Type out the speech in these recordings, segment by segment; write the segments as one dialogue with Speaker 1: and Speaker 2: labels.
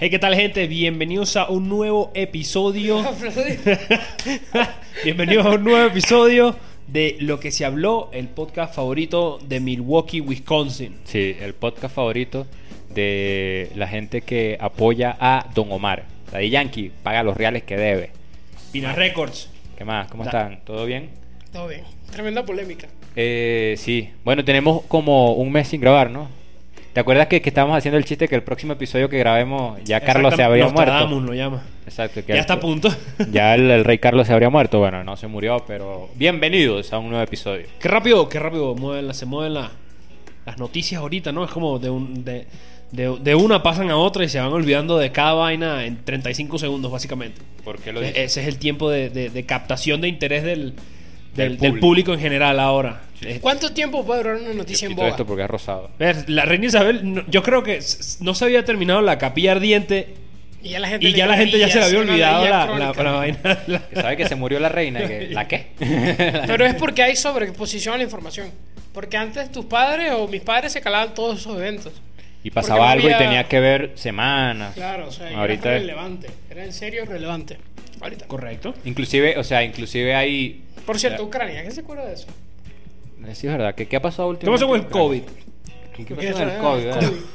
Speaker 1: Hey, ¿qué tal, gente? Bienvenidos a un nuevo episodio. Bienvenidos a un nuevo episodio de Lo que se habló, el podcast favorito de Milwaukee, Wisconsin.
Speaker 2: Sí, el podcast favorito de la gente que apoya a Don Omar. La de Yankee paga los reales que debe.
Speaker 1: Pina Records.
Speaker 2: ¿Qué más? ¿Cómo
Speaker 1: Da-
Speaker 2: están? ¿Todo bien?
Speaker 3: Todo bien. Tremenda polémica.
Speaker 2: Eh, sí. Bueno, tenemos como un mes sin grabar, ¿no? ¿Te acuerdas que, que estábamos haciendo el chiste que el próximo episodio que grabemos ya Carlos se
Speaker 1: Exactamente,
Speaker 2: habría
Speaker 1: Nostradamus
Speaker 2: muerto?
Speaker 1: lo llama.
Speaker 2: Exacto. que
Speaker 1: Ya
Speaker 2: el-
Speaker 1: está a punto.
Speaker 2: Ya el, el rey Carlos se habría muerto. Bueno, no se murió, pero bienvenidos a un nuevo episodio.
Speaker 1: Qué rápido, qué rápido mueven la- se mueven la- las noticias ahorita, ¿no? Es como de, un, de, de- de una pasan a otra y se van olvidando de cada vaina en 35 segundos, básicamente.
Speaker 2: ¿Por qué lo
Speaker 1: E-
Speaker 2: dices?
Speaker 1: Ese es el tiempo de, de- de captación de interés del, del-
Speaker 2: Del
Speaker 1: del
Speaker 2: público.
Speaker 1: público en general ahora. Es-
Speaker 3: ¿Cuánto tiempo puede durar una
Speaker 2: Yo
Speaker 3: noticia en
Speaker 2: quito
Speaker 3: boga?
Speaker 2: esto porque es rosado.
Speaker 1: Ver, la reina Isabel, no- yo creo que s- s- no se había terminado la capilla ardiente
Speaker 3: Y ya la gente,
Speaker 1: y
Speaker 3: le
Speaker 1: ya la
Speaker 3: cree,
Speaker 1: gente ya
Speaker 3: y
Speaker 1: se le había
Speaker 3: hace una
Speaker 1: olvidado
Speaker 3: leyenda
Speaker 1: la, la-
Speaker 3: crónica.
Speaker 1: la vaina. la-
Speaker 2: Que sabe que se murió la reina. que- ¿La qué?
Speaker 3: Pero es porque hay sobreexposición a la información. Porque antes tus padres o mis padres se calaban todos esos eventos.
Speaker 2: Y
Speaker 3: Porque
Speaker 2: pasaba
Speaker 3: no
Speaker 2: algo y
Speaker 3: había-
Speaker 2: tenía que ver semanas.
Speaker 3: Claro, o sea,
Speaker 2: Ahorita-
Speaker 3: era relevante. Era en serio relevante. Ahorita.
Speaker 1: Correcto.
Speaker 2: Inclusive, o sea, inclusive hay...
Speaker 3: Por cierto,
Speaker 2: Ya.
Speaker 3: Ucrania, ¿qué se acuerda de eso?
Speaker 2: Sí, es verdad. ¿Qué, qué ha pasado
Speaker 1: ¿Qué pasó
Speaker 2: últimamente?
Speaker 1: con el COVID?
Speaker 2: ¿Qué, qué
Speaker 3: Eso,
Speaker 2: pasó con el
Speaker 3: eh,
Speaker 2: COVID?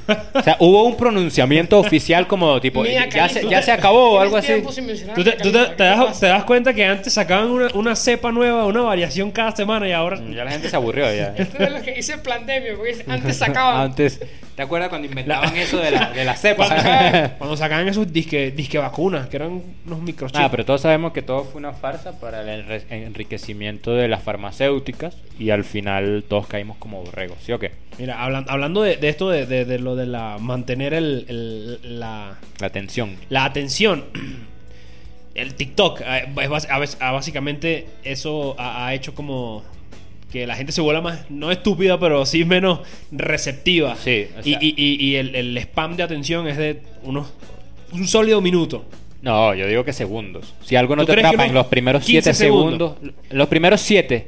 Speaker 2: verdad? o sea, hubo un pronunciamiento oficial como tipo...
Speaker 3: Mira,
Speaker 2: ya,
Speaker 3: Cali,
Speaker 2: se,
Speaker 3: tú
Speaker 2: ya
Speaker 3: te-
Speaker 2: se acabó o
Speaker 3: tienes
Speaker 2: algo así.
Speaker 3: tiempo sin mencionar
Speaker 1: ¿Tú te,
Speaker 3: a
Speaker 1: tú te-
Speaker 3: Cali,
Speaker 1: te
Speaker 3: ¿qué
Speaker 1: das,
Speaker 3: pasa?
Speaker 1: te das cuenta que antes sacaban una, una cepa nueva, una variación cada semana y ahora...
Speaker 2: Mm, Ya la gente se aburrió ya.
Speaker 3: Esto es lo que dice Plandemio, porque antes sacaban.
Speaker 2: Antes... ¿Te acuerdas cuando inventaban eso de la, de la
Speaker 1: Cuando,
Speaker 2: cepa?
Speaker 1: cuando sacaban esos disque, disque vacunas, que eran unos microchips.
Speaker 2: Ah, pero todos sabemos que todo fue una farsa para el enre- enriquecimiento de las farmacéuticas y al final todos caímos como borregos, ¿sí o qué?
Speaker 1: Mira, hablan- hablando de, de esto, de, de- de lo de la mantener el- el- la,
Speaker 2: La tensión.
Speaker 1: la atención. El TikTok eh, es bas- a veces- a básicamente eso ha, ha hecho como que la gente se vuelva más, no estúpida, pero sí menos receptiva.
Speaker 2: Sí, o
Speaker 1: y
Speaker 2: sea-
Speaker 1: y- y- y el, el spam de atención es de unos un sólido minuto.
Speaker 2: No, yo digo que segundos. Si algo no
Speaker 1: ¿Tú
Speaker 2: te
Speaker 1: crees que
Speaker 2: atrapa en
Speaker 1: unos
Speaker 2: los primeros
Speaker 1: 15
Speaker 2: 7 segundos, los primeros 7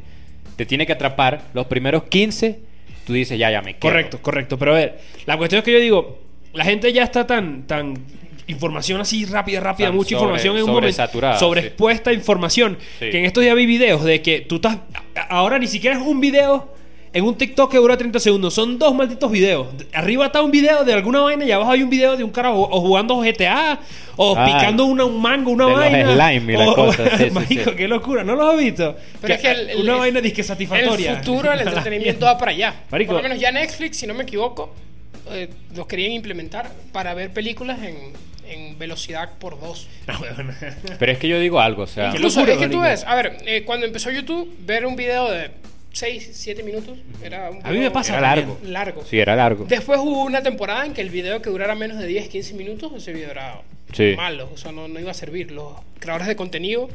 Speaker 2: te tiene que atrapar, los primeros 15 tú dices ya, ya me quedo.
Speaker 1: Correcto, correcto. Pero a ver, la cuestión es que yo digo, la gente ya está tan, tan información así rápida, rápida,
Speaker 2: Tan
Speaker 1: mucha
Speaker 2: sobre-
Speaker 1: información en un momento.
Speaker 2: sobresaturada,
Speaker 1: Sobreexpuesta a información.
Speaker 2: Sí.
Speaker 1: Que en estos días vi videos de que tú estás. a- Ahora ni siquiera es un video en un TikTok que dura 30 segundos. Son dos malditos videos. De- Arriba está un video de alguna vaina y abajo hay un video de un carajo o jugando GTA o
Speaker 2: Ah,
Speaker 1: picando una- un mango, una
Speaker 2: de los
Speaker 1: vaina.
Speaker 2: slime y las
Speaker 1: o-
Speaker 2: cosas, sí, sí,
Speaker 1: Marico,
Speaker 2: sí.
Speaker 1: qué locura, no lo has visto.
Speaker 3: Pero es que el- el-
Speaker 1: una
Speaker 3: el-
Speaker 1: vaina disque satisfactoria.
Speaker 3: El futuro del entretenimiento va para allá.
Speaker 1: Marico.
Speaker 3: Por lo menos ya Netflix, si no me equivoco, eh, los querían implementar para ver películas en, en velocidad por dos.
Speaker 1: No, weón.
Speaker 2: Pero es que yo digo algo, o sea,
Speaker 1: Ah, Qué
Speaker 3: Incluso
Speaker 1: locura,
Speaker 3: es que tú
Speaker 1: marico.
Speaker 3: ves, a ver, eh, cuando empezó YouTube, ver un video de 6, 7 minutos era un
Speaker 1: A mí
Speaker 3: video
Speaker 1: me pasa
Speaker 2: Era
Speaker 1: también.
Speaker 2: largo.
Speaker 3: largo.
Speaker 2: sí era largo.
Speaker 3: Después hubo una temporada en que el video que durara menos de 10, 15 minutos, ese video era
Speaker 2: Sí.
Speaker 3: malo, o sea, no, no iba a servir. Los creadores de contenido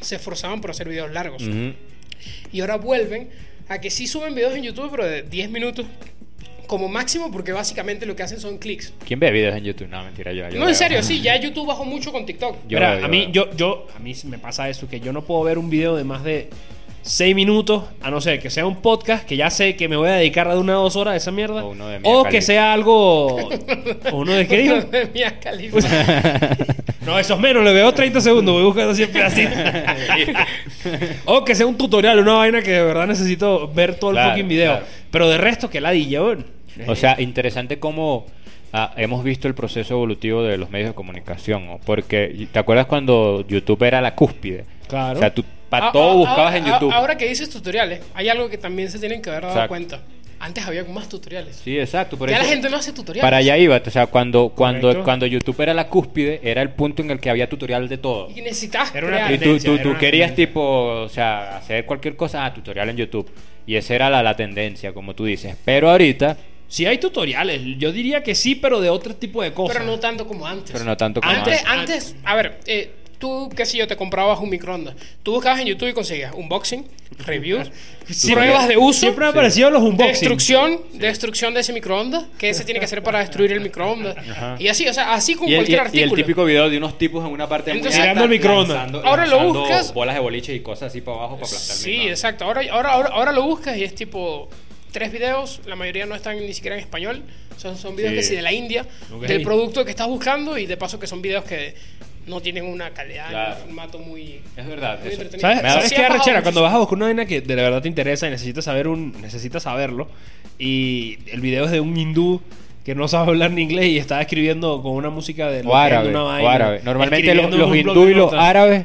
Speaker 3: se esforzaban por hacer videos largos.
Speaker 2: Ujú.
Speaker 3: Y ahora vuelven a que sí suben videos en YouTube, pero de 10 minutos como máximo, porque básicamente lo que hacen son clics.
Speaker 2: ¿Quién ve videos en YouTube? No, mentira, yo. yo
Speaker 3: No,
Speaker 2: veo.
Speaker 3: en serio, sí, ya YouTube bajó mucho con TikTok.
Speaker 2: Yo
Speaker 1: Mira,
Speaker 2: veo, yo
Speaker 1: a mí,
Speaker 2: veo.
Speaker 1: yo, yo, a mí me pasa eso, que yo no puedo ver un video de más de 6 minutos, a no ser que sea un podcast, que ya sé que me voy a dedicar a una o dos horas a esa mierda.
Speaker 2: O uno de Mia
Speaker 1: o
Speaker 2: Khalifa.
Speaker 1: que sea algo. ¿O uno de qué dijo?
Speaker 3: De Mia Khalifa.
Speaker 1: No, esos menos, le veo 30 segundos, voy buscando siempre así. o que sea un tutorial, una vaina que de verdad necesito ver todo el
Speaker 2: Claro,
Speaker 1: fucking video.
Speaker 2: claro.
Speaker 1: Pero de resto, que la weón.
Speaker 2: O sea, interesante cómo ah, hemos visto el proceso evolutivo de los medios de comunicación, ¿no? porque ¿te acuerdas cuando YouTube era la cúspide?
Speaker 1: Claro.
Speaker 2: O sea, tú para
Speaker 3: Ah,
Speaker 2: todo
Speaker 3: ah,
Speaker 2: buscabas
Speaker 3: ahora-
Speaker 2: en YouTube.
Speaker 3: ah, Ahora que dices tutoriales, hay algo que también se tienen que haber dado
Speaker 2: Exacto.
Speaker 3: cuenta. Antes había más tutoriales.
Speaker 2: Sí, exacto. por
Speaker 3: ya
Speaker 2: eso-
Speaker 3: la gente no hace tutoriales.
Speaker 2: Para allá iba, o sea, cuando cuando
Speaker 1: Correcto.
Speaker 2: cuando YouTube era la cúspide, era el punto en el que había tutorial de todo.
Speaker 3: Y necesitas
Speaker 1: Era una
Speaker 3: crear.
Speaker 2: Y tú, tú,
Speaker 1: Tendencia,
Speaker 2: tú
Speaker 1: era
Speaker 2: querías
Speaker 1: una-
Speaker 2: tipo, o sea, hacer cualquier cosa, ah, tutorial en YouTube. Y esa era la, la tendencia, como tú dices. Pero ahorita,
Speaker 1: Si hay tutoriales, yo diría que sí, pero de otro tipo de cosas.
Speaker 3: Pero no tanto como antes.
Speaker 2: pero no tanto como
Speaker 3: Antes,
Speaker 2: antes.
Speaker 3: antes, a ver, eh, tú, qué sé yo, te comprabas un microondas. Tú buscabas en YouTube y conseguías unboxing, reviews, pruebas de uso.
Speaker 1: Siempre me han parecido los unboxings.
Speaker 3: Destrucción, destrucción de ese microondas, que se tiene que hacer para destruir el microondas.
Speaker 2: Ajá.
Speaker 3: Y así, o sea, así con
Speaker 2: Y el, y-
Speaker 3: cualquier
Speaker 2: y el
Speaker 3: artículo.
Speaker 2: típico video de unos tipos en una parte muy
Speaker 3: Entonces-
Speaker 2: alta,
Speaker 1: Tirando el microondas.
Speaker 2: lanzando-
Speaker 3: Ahora lo
Speaker 2: lanzando
Speaker 3: buscas.
Speaker 2: bolas de boliche y cosas así para abajo para aplastar el
Speaker 3: Sí,
Speaker 2: microondas.
Speaker 3: exacto. Ahora, ahora, ahora, ahora lo buscas y es tipo tres videos, la mayoría no están ni siquiera en español, son, son videos
Speaker 2: Sí.
Speaker 3: que sí de la India,
Speaker 1: Ok.
Speaker 3: del producto que estás buscando y de paso que son videos que no tienen una calidad,
Speaker 2: Claro.
Speaker 3: un formato muy...
Speaker 2: Es verdad.
Speaker 3: muy
Speaker 2: eso.
Speaker 3: entretenido.
Speaker 1: ¿Sabes,
Speaker 2: Me da-
Speaker 1: ¿sabes
Speaker 3: Sí,
Speaker 1: qué
Speaker 3: ha bajado
Speaker 1: arrechera?
Speaker 3: mucho.
Speaker 1: Cuando vas a buscar una vaina que de la verdad te interesa y necesitas, saber un, necesitas saberlo, y el video es de un hindú que no sabe hablar ni inglés y está escribiendo con una música de lo
Speaker 2: O
Speaker 1: que es de
Speaker 2: árabe,
Speaker 1: una
Speaker 2: o
Speaker 1: vaina,
Speaker 2: árabe. Normalmente los,
Speaker 1: escribiendo en
Speaker 2: los
Speaker 1: un blog
Speaker 2: hindú
Speaker 1: de
Speaker 2: y los
Speaker 1: notas.
Speaker 2: árabes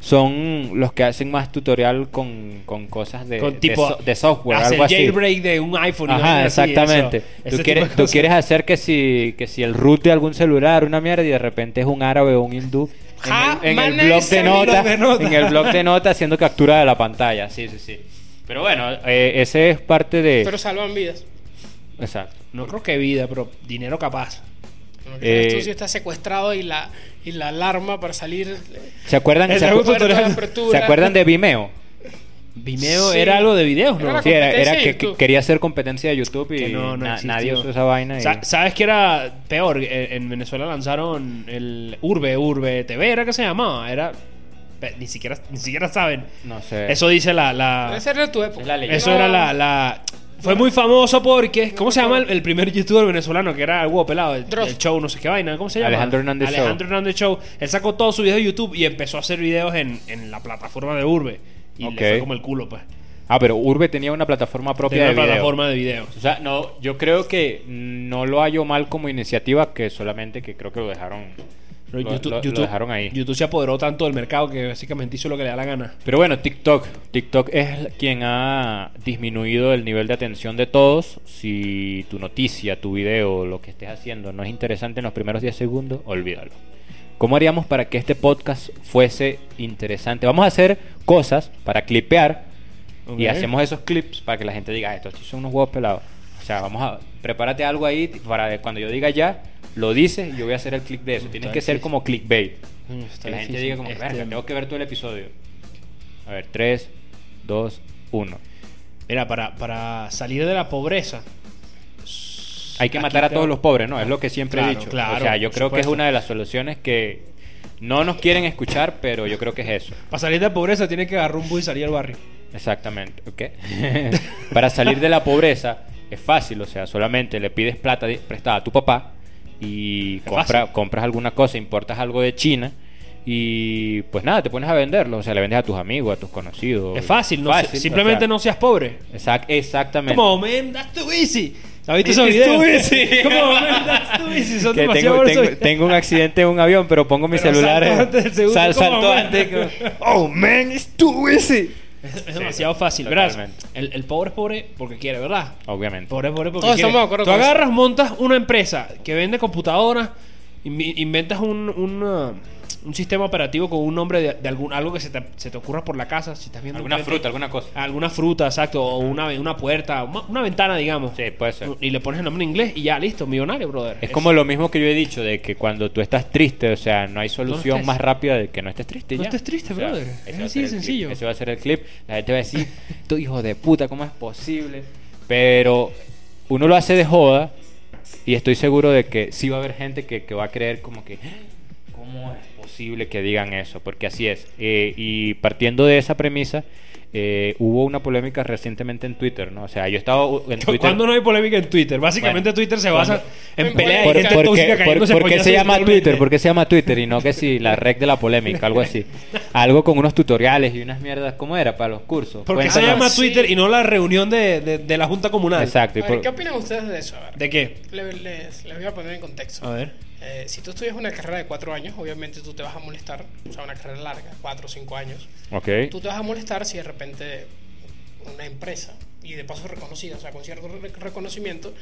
Speaker 2: son los que hacen más tutorial con, con cosas de,
Speaker 1: Con
Speaker 2: de
Speaker 1: tipo,
Speaker 2: so- de, software,
Speaker 1: hace
Speaker 2: algo
Speaker 1: el
Speaker 2: así.
Speaker 1: jailbreak de un iPhone. una
Speaker 2: Ajá,
Speaker 1: vaina así,
Speaker 2: exactamente.
Speaker 1: eso, ese
Speaker 2: tú,
Speaker 1: tipo de
Speaker 2: quieres, tú
Speaker 1: cosas.
Speaker 2: quieres hacer que si, que si el root de algún celular, una mierda, y de repente es un árabe o un hindú.
Speaker 3: Ah,
Speaker 2: En, el- en el
Speaker 3: maná,
Speaker 2: blog
Speaker 3: ese
Speaker 2: de
Speaker 1: blog
Speaker 2: notas.
Speaker 1: de notas.
Speaker 2: En el blog de notas haciendo captura de la pantalla. Sí, sí, sí. Pero bueno, eh, ese es parte de.
Speaker 3: Pero salvan vidas.
Speaker 2: Exacto.
Speaker 1: No creo que vida, pero dinero capaz.
Speaker 2: Eh,
Speaker 3: Estucio está secuestrado y la, y la alarma para salir...
Speaker 2: ¿Se acuerdan,
Speaker 1: El
Speaker 2: se,
Speaker 1: algún
Speaker 2: acu-
Speaker 1: tutorial.
Speaker 3: puerta de apertura.
Speaker 2: ¿Se acuerdan de Vimeo?
Speaker 1: Vimeo
Speaker 3: Sí.
Speaker 1: era algo de videos, ¿no?
Speaker 3: Era la
Speaker 2: Sí, era, era
Speaker 3: competencia de
Speaker 2: que, que
Speaker 3: YouTube.
Speaker 2: quería hacer competencia de YouTube y
Speaker 1: Que no, no
Speaker 2: na-
Speaker 1: existió.
Speaker 2: nadie usó esa vaina. y-
Speaker 1: Sa- ¿Sabes qué era peor? E- En Venezuela lanzaron el Urbe, Urbe TV, era que se llamaba. Era. pe- Ni siquiera, ni siquiera saben.
Speaker 2: No sé.
Speaker 1: Eso dice la. la-
Speaker 3: Esa era tu época.
Speaker 2: Ah. Es la leyenda.
Speaker 1: Eso era la. la- fue muy famoso porque. ¿Cómo se llama el, el primer youtuber venezolano que era el huevo pelado? El,
Speaker 3: Dross.
Speaker 1: el show, no sé qué vaina. ¿Cómo se llama?
Speaker 2: Alejandro Hernández Show.
Speaker 1: Alejandro Hernández Show. Él sacó todos sus videos de YouTube y empezó a hacer videos en, en la plataforma de Urbe. Y
Speaker 2: Ok.
Speaker 1: le fue como el culo, pues.
Speaker 2: Ah, pero Urbe tenía una plataforma propia
Speaker 1: Tenía
Speaker 2: de
Speaker 1: una
Speaker 2: video.
Speaker 1: plataforma de videos.
Speaker 2: O sea, no, yo creo que no lo hallo mal como iniciativa, que solamente que creo que lo dejaron,
Speaker 1: Pero
Speaker 2: lo,
Speaker 1: YouTube,
Speaker 2: lo- lo
Speaker 1: YouTube-
Speaker 2: dejaron ahí.
Speaker 1: YouTube se apoderó tanto del mercado que básicamente hizo lo que le da la gana.
Speaker 2: Pero bueno, TikTok. TikTok es quien ha disminuido el nivel de atención de todos. Si tu noticia, tu video, lo que estés haciendo no es interesante en los primeros 10 segundos, olvídalo. ¿Cómo haríamos para que este podcast fuese interesante? Vamos a hacer cosas para clipear y
Speaker 1: Ok.
Speaker 2: hacemos esos clips para que la gente diga, "Ah, estos son unos huevos pelados. O sea, vamos a prepárate algo ahí para que cuando yo diga ya, lo dices y yo voy a hacer el clip de eso. Tienes que ser
Speaker 1: difícil.
Speaker 2: como clickbait.
Speaker 1: Está
Speaker 2: Que la Mm, gente
Speaker 1: difícil.
Speaker 2: diga como que,
Speaker 1: Este,
Speaker 2: verga, tengo que ver todo el episodio. A ver, 3, 2, 1.
Speaker 1: Pues Mira, para, para salir de la pobreza.
Speaker 2: Hay que
Speaker 1: Aquí
Speaker 2: matar a
Speaker 1: te-
Speaker 2: todos los pobres, ¿no? Es lo que siempre he
Speaker 1: Claro,
Speaker 2: dicho.
Speaker 1: claro,
Speaker 2: o sea, yo
Speaker 1: por
Speaker 2: creo que es
Speaker 1: supuesto.
Speaker 2: una de las soluciones que no nos quieren escuchar, pero yo creo que es eso.
Speaker 1: Para salir de la pobreza tienes que agarrar un bus y salir al barrio.
Speaker 2: Exactamente, ¿ok? Para salir de la pobreza es fácil, o sea, solamente le pides plata di- prestada a tu papá y compra-
Speaker 1: fácil.
Speaker 2: compras alguna cosa, importas algo de China y pues nada, te pones a venderlo, o sea, le vendes a tus amigos, a tus conocidos.
Speaker 1: Es fácil, no se-
Speaker 2: o
Speaker 1: simplemente
Speaker 2: sea,
Speaker 1: no seas pobre.
Speaker 2: Exact- exactamente.
Speaker 1: Como, man, that's too easy. ¿Has visto
Speaker 2: It's
Speaker 1: esos videos?
Speaker 2: too easy.
Speaker 1: Como, man, that's too easy. Son
Speaker 2: que
Speaker 1: demasiado
Speaker 2: tengo,
Speaker 1: buenos
Speaker 2: tengo,
Speaker 1: esos
Speaker 2: tengo un accidente en un avión, pero pongo mi
Speaker 1: Pero
Speaker 2: celular.
Speaker 1: salto
Speaker 2: eh,
Speaker 1: antes del segundo,
Speaker 2: sal-
Speaker 1: ¿cómo,
Speaker 2: salto
Speaker 1: man?
Speaker 2: antes, como, oh man, it's too easy.
Speaker 1: videos. Es demasiado fácil, ¿verdad?
Speaker 2: totalmente.
Speaker 1: El, el pobre es pobre porque quiere, ¿verdad?
Speaker 2: Obviamente.
Speaker 1: Pobre, pobre, porque
Speaker 3: Todos
Speaker 1: quiere.
Speaker 3: estamos de acuerdo
Speaker 1: Tú
Speaker 3: con eso.
Speaker 1: agarras, montas una empresa que vende computadoras, invi- inventas un, una- un sistema operativo con un nombre de, de algún, algo que se te, se te ocurra por la casa. Si estás viendo un
Speaker 2: Alguna
Speaker 1: cliente-
Speaker 2: fruta, alguna cosa.
Speaker 1: Alguna fruta, exacto. O una, una puerta, una, una ventana, digamos.
Speaker 2: Sí, puede ser.
Speaker 1: Y le pones el nombre en inglés y ya, listo, millonario, brother.
Speaker 2: Es como lo mismo que yo he dicho, de que cuando tú estás triste, o sea, no hay solución
Speaker 1: estés.
Speaker 2: más rápida de que no estés triste.
Speaker 1: No
Speaker 2: ya.
Speaker 1: estés triste,
Speaker 2: O sea,
Speaker 1: brother.
Speaker 2: ese
Speaker 1: Es
Speaker 2: va
Speaker 1: así
Speaker 2: a
Speaker 1: de
Speaker 2: ser el clip.
Speaker 1: sencillo.
Speaker 2: Ese va a ser el clip. La gente va a decir, tú hijo de puta, ¿cómo es posible? Pero uno lo hace de joda y estoy seguro de que sí va a haber gente que, que va a creer como que, ¿cómo es posible que digan eso? Porque así es. Eh, y partiendo de esa premisa... eh, hubo una polémica recientemente en Twitter, ¿no? O sea, yo estaba uh, en Twitter.
Speaker 1: Cuando no hay polémica en Twitter, básicamente
Speaker 2: Bueno,
Speaker 1: Twitter se
Speaker 2: cuando-
Speaker 1: basa en
Speaker 3: Por-
Speaker 1: peleas
Speaker 2: ¿Por,
Speaker 1: de gente
Speaker 2: por
Speaker 1: tóxica
Speaker 2: qué, por-
Speaker 1: cayéndose
Speaker 2: por qué
Speaker 1: coñazos
Speaker 2: se llama
Speaker 1: literalmente.
Speaker 2: Twitter? ¿Por qué se llama Twitter y no que si la red de la polémica, algo así? Algo con unos tutoriales y unas mierdas. ¿Cómo era para los cursos?
Speaker 1: ¿Por qué se
Speaker 2: Cuéntanos.
Speaker 1: llama
Speaker 3: sí.
Speaker 1: Twitter y no la reunión de, de- de la Junta Comunal?
Speaker 2: Exacto. y
Speaker 3: A
Speaker 2: por-
Speaker 3: ver, ¿Qué opinan ustedes de eso? A ver,
Speaker 1: ¿De qué?
Speaker 3: le- les, les voy a poner en contexto.
Speaker 1: A ver.
Speaker 3: Eh, si tú estudias una carrera de cuatro años, obviamente tú te vas a molestar, o sea, una carrera larga, cuatro o cinco años,
Speaker 2: Ok.
Speaker 3: tú te vas a molestar si de repente una empresa, y de paso reconocida, o sea, con cierto re- reconocimiento,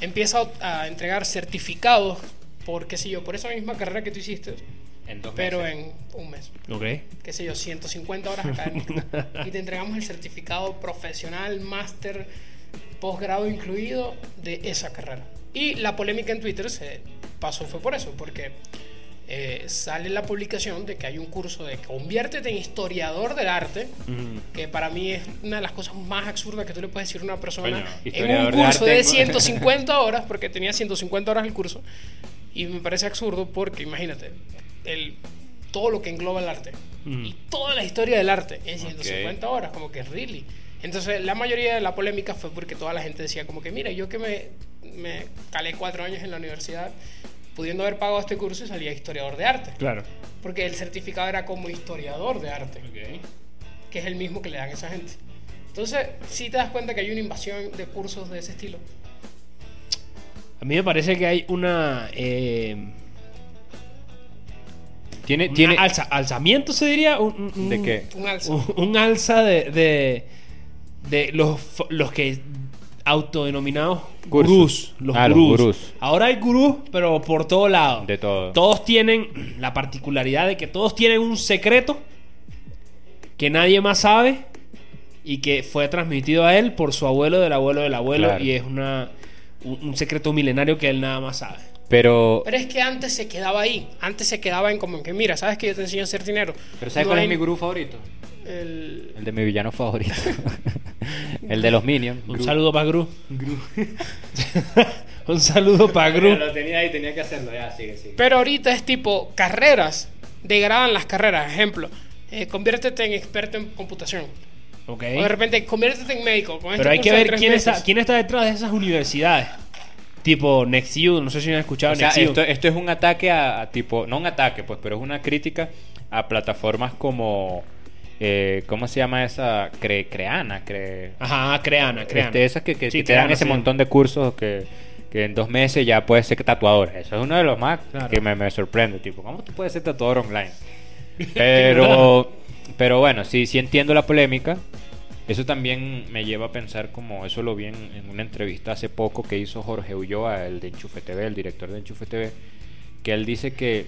Speaker 3: empieza a a entregar certificados por, qué sé yo, por esa misma carrera que tú hiciste,
Speaker 2: En dos
Speaker 3: pero
Speaker 2: meses.
Speaker 3: en un mes,
Speaker 1: Ok.
Speaker 3: qué sé yo, 150 horas académicas, y te entregamos el certificado profesional, máster, posgrado incluido de esa carrera. Y la polémica en Twitter se pasó fue por eso, porque eh, sale la publicación de que hay un curso de conviértete en historiador del arte,
Speaker 2: Mm.
Speaker 3: que para mí es una de las cosas más absurdas que tú le puedes decir a una persona
Speaker 2: Coño,
Speaker 3: en un
Speaker 2: historiador de
Speaker 3: curso
Speaker 2: arte.
Speaker 3: de 150 horas, porque tenía 150 horas el curso, y me parece absurdo porque imagínate, el todo lo que engloba el arte.
Speaker 1: Mm.
Speaker 3: Y toda la historia del arte en 150
Speaker 2: Ok.
Speaker 3: horas, como que really. Entonces, la mayoría de la polémica fue porque toda la gente decía como que, mira, yo que me, me calé cuatro años en la universidad, pudiendo haber pagado este curso y salía historiador de arte.
Speaker 1: Claro.
Speaker 3: Porque el certificado era como historiador de arte, que es el mismo que le dan a esa gente. Entonces, si te das cuenta que hay una invasión de cursos de ese estilo.
Speaker 1: A mí me parece que hay una. eh,
Speaker 2: Tiene,
Speaker 1: una
Speaker 2: tiene...
Speaker 1: alza- alzamiento, se diría. Un- un-
Speaker 2: ¿De
Speaker 1: un-
Speaker 2: qué?
Speaker 3: Un alza.
Speaker 1: Un, un alza de. de, de los, fo- los que autodenominados
Speaker 2: Cursos.
Speaker 1: gurús. Los,
Speaker 2: Ah, los
Speaker 1: gurús.
Speaker 2: gurús.
Speaker 1: Ahora hay gurús, pero por todo lado.
Speaker 2: De todo.
Speaker 1: Todos tienen la particularidad de que todos tienen un secreto que nadie más sabe y que fue transmitido a él por su abuelo, del abuelo, del abuelo.
Speaker 2: Claro.
Speaker 1: Y es una, un, un secreto milenario que él nada más sabe.
Speaker 2: Pero...
Speaker 3: Pero es que antes se quedaba ahí. Antes se quedaba en como que, mira, sabes que yo te enseño a hacer dinero.
Speaker 2: ¿Pero sabes
Speaker 3: No
Speaker 2: cuál
Speaker 3: hay
Speaker 2: es mi gurú favorito?
Speaker 3: el-
Speaker 2: El de mi villano favorito. el de los Minions.
Speaker 1: Un
Speaker 2: Gru.
Speaker 1: saludo para Gru. un saludo para Gru.
Speaker 2: tenía ahí, tenía que hacerlo. Ya, sigue, sigue.
Speaker 3: Pero ahorita es tipo carreras. Degradan las carreras. Ejemplo, eh, conviértete en experto en computación.
Speaker 1: Ok.
Speaker 3: O de repente, conviértete en médico. con este
Speaker 1: Pero hay
Speaker 3: curso
Speaker 1: que
Speaker 3: de
Speaker 1: ver
Speaker 3: tres
Speaker 1: quién está,
Speaker 3: meses.
Speaker 1: quién está detrás de esas universidades. Tipo NextU, no sé si han escuchado
Speaker 2: O sea,
Speaker 1: NextU.
Speaker 2: esto, esto es un ataque a, a tipo, no un ataque, pues, pero es una crítica a plataformas como, eh, ¿cómo se llama esa? Cre- creana, cre,
Speaker 1: Ajá, ah, Creana, Creana.
Speaker 2: Este, esas que, que-
Speaker 1: Sí,
Speaker 2: que te dan
Speaker 1: Creana,
Speaker 2: ese
Speaker 1: sí.
Speaker 2: montón de cursos que, que en dos meses ya puedes ser tatuador. Eso es uno de los más
Speaker 1: Claro.
Speaker 2: que me, me sorprende, tipo, ¿cómo tú puedes ser tatuador online? Pero, pero bueno, sí, sí entiendo la polémica. Eso también me lleva a pensar como eso lo vi en, en una entrevista hace poco que hizo Jorge Ulloa, el de Enchufe TV, el director de Enchufe TV, que él dice que,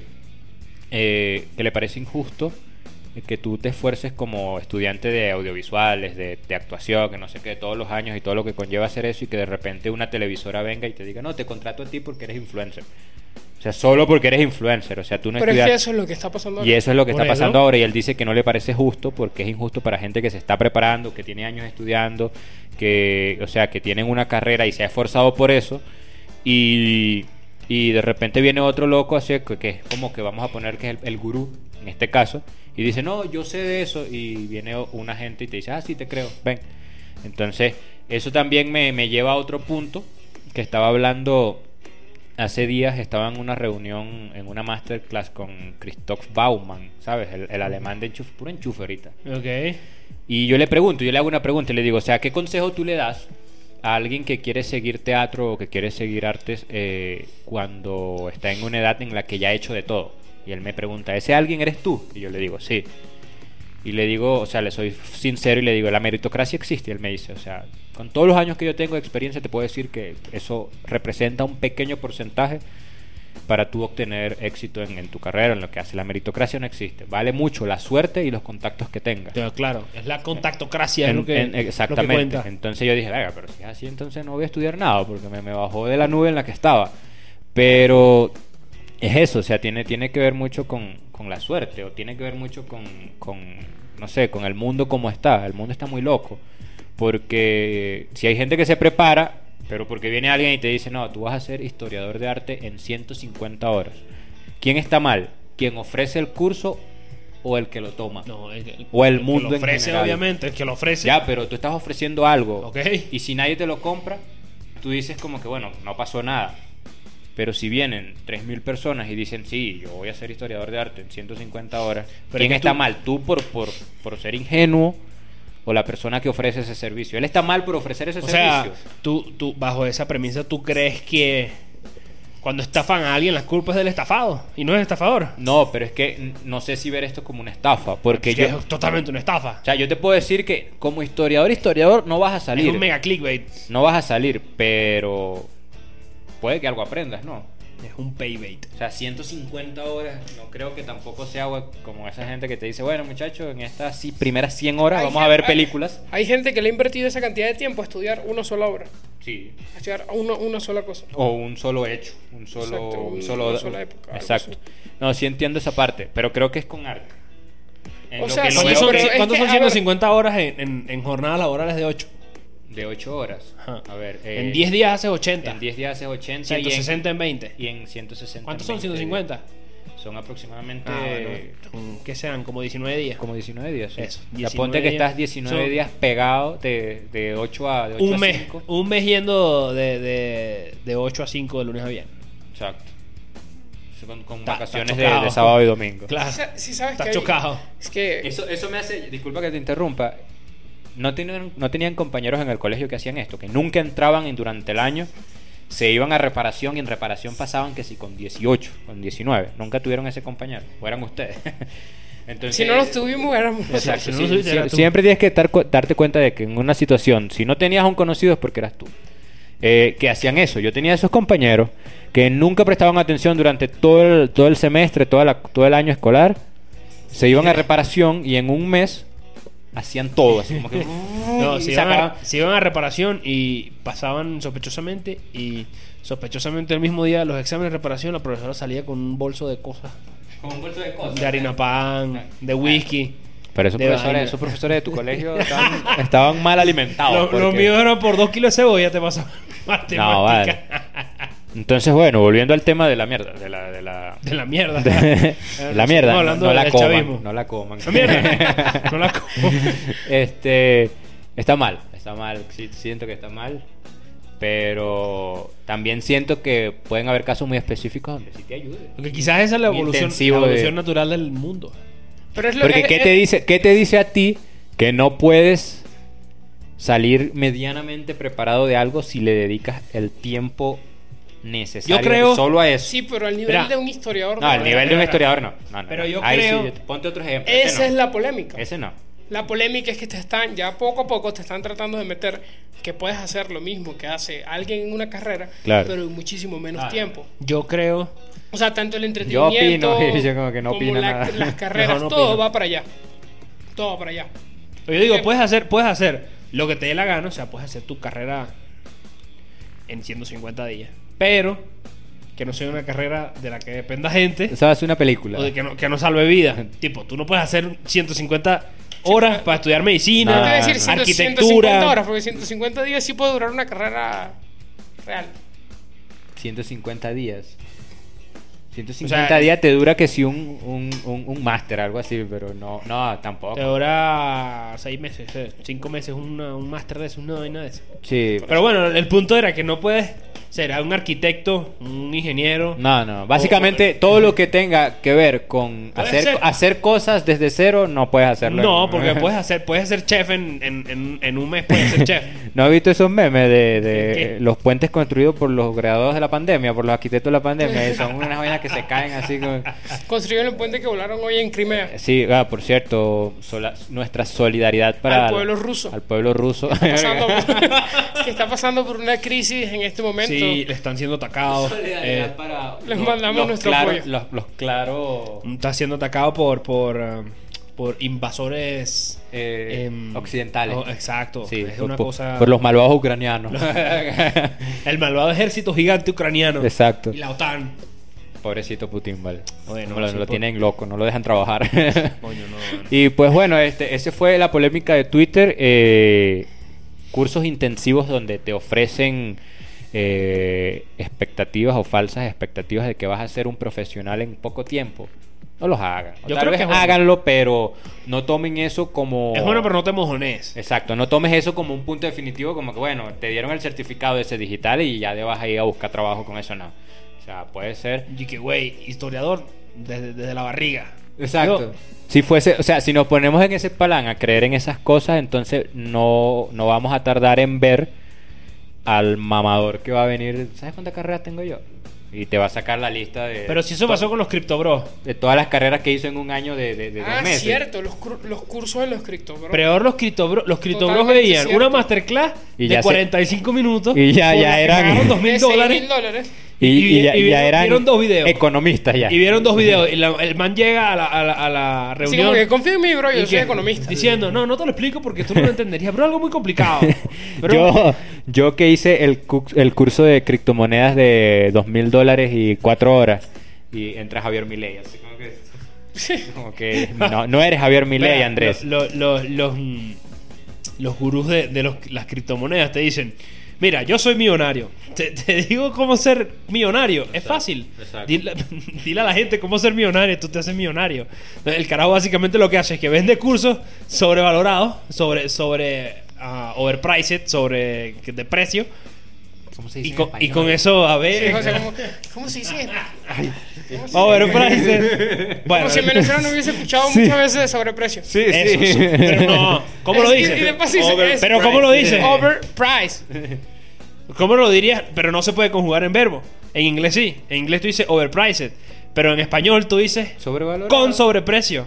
Speaker 2: eh, que le parece injusto que tú te esfuerces como estudiante de audiovisuales, de, de actuación, que no sé qué, todos los años y todo lo que conlleva hacer eso y que de repente una televisora venga y te diga, no, te contrato a ti porque eres influencer. O sea, solo porque eres influencer, o sea, tú no
Speaker 3: Pero es
Speaker 2: estudias-
Speaker 3: que eso es lo que está pasando
Speaker 2: y
Speaker 3: ahora.
Speaker 2: eso es lo que
Speaker 1: Por
Speaker 2: está
Speaker 1: eso.
Speaker 2: pasando ahora y él dice que no le parece justo porque es injusto para gente que se está preparando, que tiene años estudiando, que o sea, que tienen una carrera y se ha esforzado por eso y, y de repente viene otro loco así que, que es como que vamos a poner que es el, el gurú en este caso y dice, "No, yo sé de eso" y viene o- una gente y te dice, "Ah, sí te creo. Ven." Entonces, eso también me, me lleva a otro punto que estaba hablando Hace días estaba en una reunión, en una masterclass con Christoph Baumann, ¿sabes? El, el alemán de enchufe, puro enchufe ahorita.
Speaker 1: Ok.
Speaker 2: Y yo le pregunto, yo le hago una pregunta y le digo, o sea, ¿qué consejo tú le das a alguien que quiere seguir teatro o que quiere seguir artes eh, cuando está en una edad en la que ya ha hecho de todo? Y él me pregunta, ¿ese alguien eres tú? Y yo le digo, sí. Y le digo, o sea, le soy sincero y le digo, la meritocracia existe. Y él me dice, o sea, con todos los años que yo tengo de experiencia, te puedo decir que eso representa un pequeño porcentaje para tú obtener éxito en, en tu carrera, en lo que hace. La meritocracia no existe. Vale mucho la suerte y los contactos que tengas.
Speaker 1: Pero claro, es la contactocracia, es
Speaker 2: En-
Speaker 1: lo que, lo
Speaker 2: en-
Speaker 1: que
Speaker 2: exactamente.
Speaker 1: cuenta.
Speaker 2: entonces yo dije, venga, pero si es así, entonces no voy a estudiar nada, porque me, me bajó de la nube en la que estaba. Pero es eso, o sea, tiene, tiene que ver mucho con, con la suerte, o tiene que ver mucho con, con, no sé, con el mundo como está. El mundo está muy loco, porque si hay gente que se prepara, pero porque viene alguien y te dice, no, tú vas a ser historiador de arte en 150 horas. ¿Quién está mal? ¿Quién ofrece el curso o el que lo toma?
Speaker 1: No, el, el-
Speaker 2: O el
Speaker 1: que
Speaker 2: mundo
Speaker 1: lo
Speaker 2: en
Speaker 1: ofrece,
Speaker 2: general.
Speaker 1: obviamente, el que lo ofrece.
Speaker 2: Ya, pero tú estás ofreciendo algo.
Speaker 1: Ok.
Speaker 2: Y si nadie te lo compra, tú dices como que, bueno, no pasó nada. Pero si vienen 3.000 personas y dicen, sí, yo voy a ser historiador de arte en 150 horas,
Speaker 1: Pero
Speaker 2: ¿quién
Speaker 1: es que
Speaker 2: está
Speaker 1: tú-
Speaker 2: mal? ¿Tú por, por, por ser ingenuo o la persona que ofrece ese servicio? Él está mal por ofrecer ese
Speaker 1: o sea,
Speaker 2: servicio.
Speaker 1: tú, tú, bajo esa premisa, ¿tú crees que cuando estafan a alguien, las culpas del estafado y no del estafador?
Speaker 2: No, pero es que n- no sé si ver esto como una estafa, porque
Speaker 1: Que
Speaker 2: yo...
Speaker 1: es totalmente una estafa.
Speaker 2: O sea, yo te puedo decir que como historiador, historiador, no vas a
Speaker 1: Es
Speaker 2: salir.
Speaker 1: un mega clickbait.
Speaker 2: No vas a salir, pero puede que algo aprendas, ¿no?
Speaker 1: Es un paybait.
Speaker 2: O sea, 150 horas, no creo que tampoco sea agua como esa gente que te dice, bueno muchachos, en estas sí, primeras 100 horas
Speaker 3: Hay
Speaker 2: vamos a
Speaker 3: gente-
Speaker 2: ver películas.
Speaker 3: Hay gente que le ha invertido esa cantidad de tiempo a estudiar una sola obra.
Speaker 2: Sí.
Speaker 3: A estudiar una, una sola cosa.
Speaker 2: O un solo hecho, un solo...
Speaker 3: Exacto,
Speaker 2: un
Speaker 3: un-
Speaker 2: solo
Speaker 3: una sola época, algo
Speaker 2: Exacto. No, sí entiendo esa parte, pero creo que es con arte. En
Speaker 3: O
Speaker 2: lo
Speaker 3: sea,
Speaker 2: que lo
Speaker 1: ¿Cuántos
Speaker 2: veo
Speaker 1: son,
Speaker 3: pero es
Speaker 1: cuántos
Speaker 3: que,
Speaker 1: son
Speaker 3: a ver-
Speaker 1: 150 horas en, en- en jornadas laborales de 8?
Speaker 2: de 8 horas.
Speaker 1: Ajá.
Speaker 2: A ver, eh,
Speaker 1: en 10 días haces 80.
Speaker 2: En 10 días haces 80 y en-
Speaker 1: 160 en 20.
Speaker 2: y en 160.
Speaker 1: ¿Cuántos son
Speaker 2: 20.
Speaker 1: 150?
Speaker 2: eh, Son aproximadamente
Speaker 1: Ah, bueno, que sean como 19 días.
Speaker 2: como 19 días. sí.
Speaker 1: Eso,
Speaker 2: O sea,
Speaker 1: 19
Speaker 2: ponte que
Speaker 1: días.
Speaker 2: estás 19
Speaker 1: Son-
Speaker 2: días pegado de, de 8 a, de 8 a
Speaker 1: un mes,
Speaker 2: 5.
Speaker 1: un mes yendo de, de, de 8 a 5 de lunes a viernes.
Speaker 2: Exacto. O sea, Con, con
Speaker 1: Está-
Speaker 2: vacaciones
Speaker 1: está
Speaker 2: de- de,
Speaker 1: chocado.
Speaker 2: sábado y domingo.
Speaker 1: Claro.
Speaker 3: Sí sa- sí sabes
Speaker 1: Está
Speaker 3: que hay-
Speaker 1: chocado.
Speaker 3: Es que
Speaker 2: Ah, Eso, eso me hace, disculpa que te interrumpa, no tenían, no tenían compañeros en el colegio que hacían esto, que nunca entraban en- durante el año, se iban a reparación y en reparación pasaban que si con 18, con 19, nunca tuvieron ese compañero, o eran ustedes. Entonces,
Speaker 3: si no los tuvimos éramos
Speaker 1: Exacto.
Speaker 2: Exacto,
Speaker 1: Si no
Speaker 2: sí,
Speaker 1: los tuviste,
Speaker 2: sí,
Speaker 1: eras tú.
Speaker 2: siempre tienes que estar cu- darte cuenta de que en una situación, si no tenías a un conocido es porque eras tú. Eh, que hacían eso. Yo tenía esos compañeros que nunca prestaban atención durante todo el, todo el semestre, toda la- todo el año escolar. Se iban a reparación y en un mes hacían todo. Así como que.
Speaker 1: No,
Speaker 2: y
Speaker 1: se iban,
Speaker 2: sacaban-
Speaker 1: a, se iban a reparación y pasaban sospechosamente y sospechosamente el mismo día de los exámenes de reparación la profesora salía con un bolso de cosas,
Speaker 2: con un bolso de cosas.
Speaker 1: de harina
Speaker 2: Ah.
Speaker 1: pan, de whisky.
Speaker 2: Pero esos
Speaker 1: de vaina.
Speaker 2: profesores, esos profesores de tu colegio estaban, estaban mal alimentados.
Speaker 1: Lo, lo
Speaker 2: porque-
Speaker 1: mío era por dos kilos de cebolla te pasaba matemática
Speaker 2: No, vale. Entonces, bueno, volviendo al tema de la mierda, de la- de la,
Speaker 1: de la mierda.
Speaker 2: De- la mierda,
Speaker 1: Estamos hablando
Speaker 2: no, no la
Speaker 1: del
Speaker 2: coman,
Speaker 1: chavismo.
Speaker 2: no la coman.
Speaker 1: La mierda. No la como.
Speaker 2: Este, está mal, está mal, sí, siento que está mal, pero también siento que pueden haber casos muy específicos donde sí te ayude.
Speaker 1: Porque quizás esa es la evolución,
Speaker 2: Intensivo
Speaker 1: la evolución
Speaker 2: de-
Speaker 1: natural del mundo.
Speaker 3: Pero es lo
Speaker 2: Porque
Speaker 3: es-
Speaker 2: ¿qué
Speaker 3: es-
Speaker 2: te dice, qué te dice a ti que no puedes salir medianamente preparado de algo si le dedicas el tiempo necesario
Speaker 1: creo-
Speaker 2: solo a eso?
Speaker 3: Sí, pero al nivel
Speaker 1: Mira.
Speaker 3: de un historiador.
Speaker 2: no, al
Speaker 3: no,
Speaker 2: nivel de un historiador no. No, no,
Speaker 1: Pero
Speaker 2: no.
Speaker 1: yo
Speaker 2: Ahí sí,
Speaker 1: creo-
Speaker 2: ponte otro ejemplo. ese
Speaker 3: Esa
Speaker 2: no.
Speaker 3: es la polémica.
Speaker 2: Ese no.
Speaker 3: La polémica es que te están, ya poco a poco te están tratando de meter que puedes hacer lo mismo que hace alguien en una carrera,
Speaker 2: Claro.
Speaker 3: pero en muchísimo menos
Speaker 1: Ah.
Speaker 3: tiempo.
Speaker 1: Yo creo.
Speaker 3: O sea, tanto el entretenimiento
Speaker 2: opino, y yo como que no
Speaker 3: la-
Speaker 2: opino nada.
Speaker 3: las carreras,
Speaker 1: Mejor no
Speaker 3: todo
Speaker 1: opino.
Speaker 3: va para allá. Todo va para allá.
Speaker 1: Yo digo, puedes hacer, puedes hacer lo que te dé la gana, o sea, puedes hacer tu carrera en 150 días. Pero que no sea una carrera de la que dependa gente
Speaker 2: Esa va a ser una película.
Speaker 1: o de que no, que no salve vida. tipo, tú no puedes hacer 150 horas para estudiar medicina,
Speaker 2: No,
Speaker 3: Te voy a decir
Speaker 2: Ah,
Speaker 3: ciento-
Speaker 1: arquitectura.
Speaker 3: 150 horas, porque 150 días sí puede durar una carrera real.
Speaker 2: 150 días. 150
Speaker 1: O sea,
Speaker 2: días te dura que si un, un, un, un máster, algo así, pero no, no,
Speaker 1: Te
Speaker 2: tampoco.
Speaker 1: dura 6 meses, 5 meses, una- un máster de eso, una vaina de eso.
Speaker 2: Sí.
Speaker 1: Pero bueno, el punto era que no puedes ser un arquitecto, un ingeniero.
Speaker 2: No, no. Básicamente todo lo que tenga que ver con
Speaker 1: Puede
Speaker 2: hacer,
Speaker 1: ser.
Speaker 2: hacer cosas desde cero, no puedes hacerlo.
Speaker 1: No, porque puedes hacer, puedes ser chef en, en- en- en un mes, puedes ser chef.
Speaker 2: ¿No has visto esos memes de, de
Speaker 1: ¿Qué?
Speaker 2: los puentes construidos por los graduados de la pandemia, por los arquitectos de la pandemia? y Son unas vainas que se caen así como...
Speaker 3: Construyeron el puente que volaron hoy en Crimea.
Speaker 2: Sí, ah, por cierto, sola- nuestra solidaridad para...
Speaker 3: Al pueblo ruso.
Speaker 2: Al pueblo ruso.
Speaker 3: pasando por- que está pasando por una crisis en este momento.
Speaker 1: Sí, le están siendo atacados.
Speaker 2: Solidaridad
Speaker 1: eh,
Speaker 2: para
Speaker 3: les mandamos nuestro
Speaker 2: claro-
Speaker 3: apoyo.
Speaker 2: Los, los claros
Speaker 1: está siendo atacado por por, um, por invasores
Speaker 2: eh,
Speaker 1: em,
Speaker 2: occidentales.
Speaker 1: oh, exacto.
Speaker 2: Sí,
Speaker 1: es
Speaker 2: por,
Speaker 1: una
Speaker 2: por-
Speaker 1: cosa.
Speaker 2: por los malvados ucranianos.
Speaker 1: El malvado ejército gigante ucraniano.
Speaker 2: Exacto.
Speaker 1: Y la OTAN.
Speaker 2: Pobrecito Putin, vale.
Speaker 1: Bueno,
Speaker 2: No lo,
Speaker 1: sí,
Speaker 2: lo
Speaker 1: por-
Speaker 2: tienen loco, no lo dejan trabajar.
Speaker 1: Coño, no. no.
Speaker 2: y pues bueno, este, esa fue la polémica de Twitter. eh, cursos intensivos donde te ofrecen eh, expectativas o falsas expectativas de que vas a ser un profesional en poco tiempo. No los hagan. O
Speaker 1: Yo
Speaker 2: tal
Speaker 1: creo
Speaker 2: vez
Speaker 1: que es bueno.
Speaker 2: háganlo, pero no tomen eso como.
Speaker 1: Es bueno, pero no te mojones.
Speaker 2: Exacto, no tomes eso como un punto definitivo, como que bueno, te dieron el certificado de ese digital y ya te vas a ir a buscar trabajo con eso, no. O sea, puede ser.
Speaker 1: Y que, güey, historiador desde, desde la barriga. Yo-
Speaker 2: Si fuese, o sea, si nos ponemos en ese plan a creer en esas cosas, entonces no, no vamos a tardar en ver al mamador que va a venir. ¿Sabes cuántas carreras tengo yo? Y te va a sacar la lista de,
Speaker 1: pero si eso pasó con los Crypto Bros.
Speaker 2: de todas las carreras que hizo en un año de, de, de dos
Speaker 3: ah,
Speaker 2: meses.
Speaker 3: cierto, los, cru- los cursos de los cripto, bro.
Speaker 1: Peor los criptobros, los criptobros
Speaker 3: Totalmente
Speaker 1: veían
Speaker 3: cierto.
Speaker 1: una masterclass
Speaker 2: Y ya
Speaker 1: de
Speaker 2: se-
Speaker 1: 45 minutos.
Speaker 2: y ya-
Speaker 1: por
Speaker 2: ya
Speaker 1: la que
Speaker 2: eran-
Speaker 1: pagaron dos
Speaker 3: De
Speaker 1: mil
Speaker 3: seis mil
Speaker 1: dólares.
Speaker 3: dólares.
Speaker 2: Y, y
Speaker 1: Y-
Speaker 2: ya,
Speaker 1: y
Speaker 2: y ya
Speaker 1: vieron-
Speaker 2: eran
Speaker 1: vieron dos videos.
Speaker 2: economistas ya.
Speaker 1: Y vieron dos videos. Y la- el man llega a la, a la, a la
Speaker 3: Así
Speaker 1: reunión.
Speaker 3: como que confía en mí, bro,
Speaker 1: y
Speaker 3: yo soy
Speaker 1: que-
Speaker 3: economista.
Speaker 1: Diciendo, no, no te lo explico porque tú no lo entenderías, pero algo muy complicado. Pero-
Speaker 2: yo, yo que hice el, cu- el curso de criptomonedas de dos mil dólares y cuatro horas. Y entra Javier Milei, así como que... como que no, no eres Javier Milei,
Speaker 1: Mira,
Speaker 2: Andrés.
Speaker 1: lo- lo- los, mm, los gurús de, de los- las criptomonedas te dicen, Mira, yo soy millonario. Te, te digo cómo ser millonario. es fácil.
Speaker 2: exacto.
Speaker 1: Dile, dile a la gente cómo ser millonario. Tú te haces millonario. El carajo básicamente lo que hace es que vende cursos sobrevalorados, sobre, sobre ah, overpriced, sobre que- de precio.
Speaker 2: ¿Cómo se
Speaker 1: Y
Speaker 2: dice?
Speaker 1: con, y con eso, a ver.
Speaker 3: Sí, José, ¿cómo,
Speaker 1: "Eh".
Speaker 3: cómo se dice?
Speaker 1: overpriced. Bueno,
Speaker 3: Como si en Venezuela no hubiese escuchado muchas veces sobre precio.
Speaker 2: Sí,
Speaker 1: eso, sí. Pero no, ¿cómo lo
Speaker 3: Es- Y, y
Speaker 1: dice?
Speaker 3: de paso dice,
Speaker 2: Overpriced.
Speaker 3: es
Speaker 1: Pero ¿cómo lo dice?
Speaker 3: Overpriced.
Speaker 1: ¿Cómo lo dirías? Pero no se puede conjugar en verbo. En inglés sí. En inglés tú dices overpriced. Pero en español tú dices
Speaker 2: Sobrevalorado.
Speaker 1: con sobreprecio.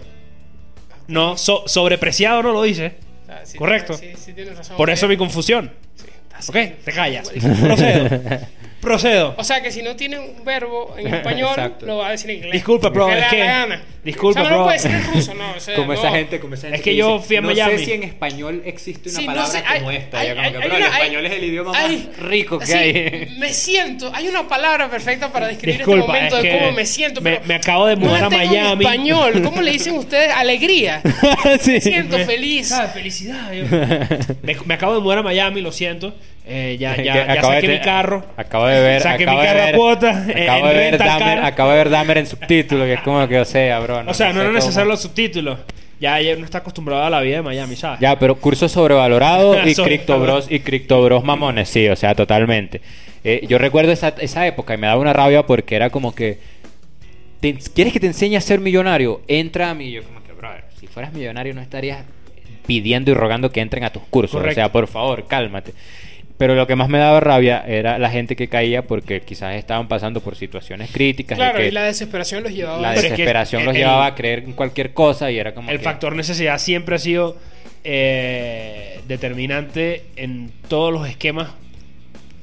Speaker 1: No, so- sobrepreciado no lo dices.
Speaker 3: O sea, sí,
Speaker 1: Correcto.
Speaker 3: Sí, sí, tienes razón.
Speaker 1: Por
Speaker 3: ok.
Speaker 1: eso mi confusión.
Speaker 3: Sí.
Speaker 1: ¿Ok? Te callas. Procedo. Procedo.
Speaker 3: O sea que si no tiene un verbo en español,
Speaker 2: Exacto.
Speaker 3: lo va a decir en inglés.
Speaker 1: Disculpa, bro,
Speaker 3: Que le
Speaker 1: es
Speaker 3: da
Speaker 1: que-
Speaker 3: la gana.
Speaker 1: disculpa,
Speaker 3: O sea, no
Speaker 1: bro.
Speaker 3: lo puede decir en ruso, no. o sea,
Speaker 2: Como esa
Speaker 3: no.
Speaker 2: gente, como esa gente.
Speaker 1: Es que yo fui a Miami.
Speaker 2: No sé si en español existe una
Speaker 3: Sí, no
Speaker 2: palabra
Speaker 3: sé, hay-
Speaker 2: como esta.
Speaker 3: hay-
Speaker 2: ya como
Speaker 3: hay-
Speaker 2: que,
Speaker 3: hay
Speaker 2: bro, el
Speaker 3: una- hay-
Speaker 2: español es el idioma
Speaker 3: hay-
Speaker 2: más rico que
Speaker 3: Sí,
Speaker 2: hay.
Speaker 3: Me siento, hay una palabra perfecta para describir este
Speaker 1: Disculpa,
Speaker 3: momento
Speaker 1: es
Speaker 3: de
Speaker 1: que
Speaker 3: cómo me siento.
Speaker 1: me-
Speaker 3: pero
Speaker 1: me acabo de
Speaker 3: no
Speaker 1: mudar
Speaker 3: la
Speaker 1: a
Speaker 3: tengo en
Speaker 1: Miami.
Speaker 3: español, ¿cómo le dicen ustedes? Alegría. Me siento feliz.
Speaker 1: Felicidad. Ah, Me, me acabo de mudar a Miami, lo siento. Eh, ya
Speaker 2: Que
Speaker 1: ya, ya
Speaker 2: acabo de
Speaker 1: saqué mi
Speaker 2: te-
Speaker 1: carro.
Speaker 2: Acabo de ver.
Speaker 1: Saqué
Speaker 2: acabo
Speaker 1: mi
Speaker 2: de
Speaker 1: carro a
Speaker 2: ver-
Speaker 1: cuota, eh,
Speaker 2: Acabo de
Speaker 1: en
Speaker 2: ver
Speaker 1: renta al
Speaker 2: Dahmer.
Speaker 1: carro.
Speaker 2: Acabo de ver Dahmer en subtítulo, que es como que, o sea, bro.
Speaker 1: O sea, no
Speaker 2: sé
Speaker 1: era
Speaker 2: cómo.
Speaker 1: necesario los subtítulos. Ya ella no está acostumbrada a la vida de Miami, ¿sabes?
Speaker 2: Ya, pero curso sobrevalorado y
Speaker 1: Sobre-
Speaker 2: Crypto Bros y Crypto Bros mamones, sí, o sea, totalmente. Eh, yo recuerdo esa, esa época y me daba una rabia porque era como que te- ¿Quieres que te enseñe a ser millonario? Entra a mí. Yo como que, brother, si fueras millonario no estarías pidiendo y rogando que entren a tus cursos. O sea,
Speaker 1: Correcto.
Speaker 2: por favor, cálmate. Pero lo que más me daba rabia era la gente que caía porque quizás estaban pasando por situaciones críticas. y
Speaker 3: Claro,
Speaker 2: que
Speaker 3: y la desesperación los llevaba.
Speaker 2: la
Speaker 1: Pero es que
Speaker 2: desesperación los
Speaker 1: el-
Speaker 2: llevaba a creer en cualquier cosa y era como
Speaker 1: El
Speaker 2: que-
Speaker 1: factor necesidad siempre ha sido eh, determinante en todos los esquemas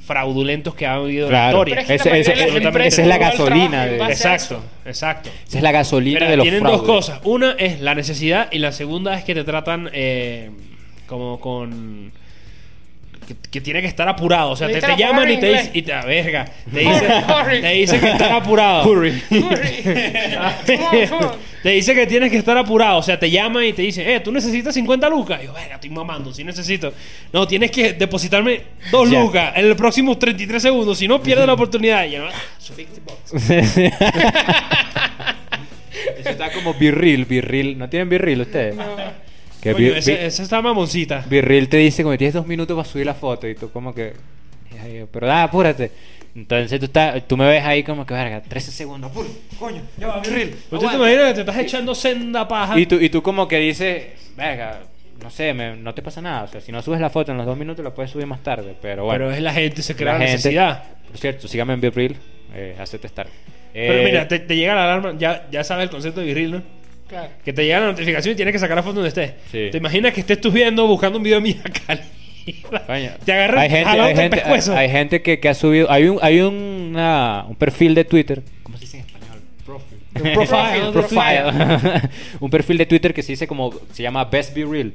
Speaker 1: fraudulentos que ha habido
Speaker 2: Claro.
Speaker 1: en
Speaker 3: Pero
Speaker 1: la
Speaker 3: es que
Speaker 1: historia.
Speaker 2: Ese-
Speaker 3: la
Speaker 2: ese-
Speaker 3: mayoría de las
Speaker 1: esa es
Speaker 3: empresas
Speaker 1: la
Speaker 3: no dan trabajo
Speaker 2: gasolina
Speaker 3: en
Speaker 2: de-
Speaker 3: base a
Speaker 1: Exacto,
Speaker 3: eso.
Speaker 1: exacto.
Speaker 2: Esa es la gasolina
Speaker 1: Mira,
Speaker 2: de los
Speaker 1: tienen
Speaker 2: fraudes.
Speaker 1: dos cosas. Una es la necesidad y la segunda es que te tratan eh, como con... Que, que tiene que estar apurado. O sea, te, te
Speaker 3: Necesitan
Speaker 1: llaman
Speaker 3: hablar
Speaker 1: y te
Speaker 3: inglés.
Speaker 1: dicen... Y te, ah, verga. Te dicen,
Speaker 3: Hurry.
Speaker 1: te dicen que están apurados.
Speaker 3: Come on, come on.
Speaker 1: te dice que tienes que estar apurado. O sea, te llaman y te dicen, eh, tú necesitas 50 lucas. Y yo, venga, estoy mamando, sí necesito. No, tienes que depositarme dos
Speaker 2: Ya.
Speaker 1: lucas en los próximos 33 segundos. Si no, pierdes la oportunidad. Y yo, "Ah, su
Speaker 3: Fifty bucks.
Speaker 2: Eso está como virril, virril. ¿No tienen virril ustedes? Que
Speaker 1: coño,
Speaker 2: vi-
Speaker 1: ese-
Speaker 2: vi-
Speaker 1: esa está mamoncita.
Speaker 2: Virril te dice como tienes dos minutos para subir la foto y tú como que... "Ay, Pero ah, apúrate. Entonces tú, estás- tú me ves ahí como que, verga, 13 segundos. apúrate, Coño, ya va, virril.
Speaker 1: ¿Tú te
Speaker 2: aguanta".
Speaker 1: imaginas que te estás echando senda paja?
Speaker 2: Y tú, y tú como que dices, verga, no sé, me- no te pasa nada. O sea, si no subes la foto en los dos minutos, la puedes subir más tarde. Pero bueno,
Speaker 1: Pero es la gente, se crea
Speaker 2: la
Speaker 1: la
Speaker 2: gente-
Speaker 1: necesidad.
Speaker 2: Por cierto, sígame en virril, eh, hacete estar.
Speaker 1: Pero
Speaker 2: Eh,
Speaker 1: mira, te, te llega la alarma, ya, ya sabes el concepto de virril, ¿no?
Speaker 3: Claro.
Speaker 1: Que te llega la notificación y tienes que sacar la foto donde estés.
Speaker 2: Sí.
Speaker 1: ¿Te imaginas que estés tú viendo, buscando un video de Mia Khalifa?
Speaker 2: Coño.
Speaker 1: Te agarran
Speaker 2: hay gente, hay
Speaker 1: jalándote el
Speaker 2: gente,
Speaker 1: pescuezo.
Speaker 2: hay- hay gente que, que ha subido. Hay un, hay una- un perfil de Twitter. ¿Cómo se dice en español? Profile.
Speaker 1: profile,
Speaker 2: Profile. un perfil de Twitter que se dice como. Se llama Best Be Real.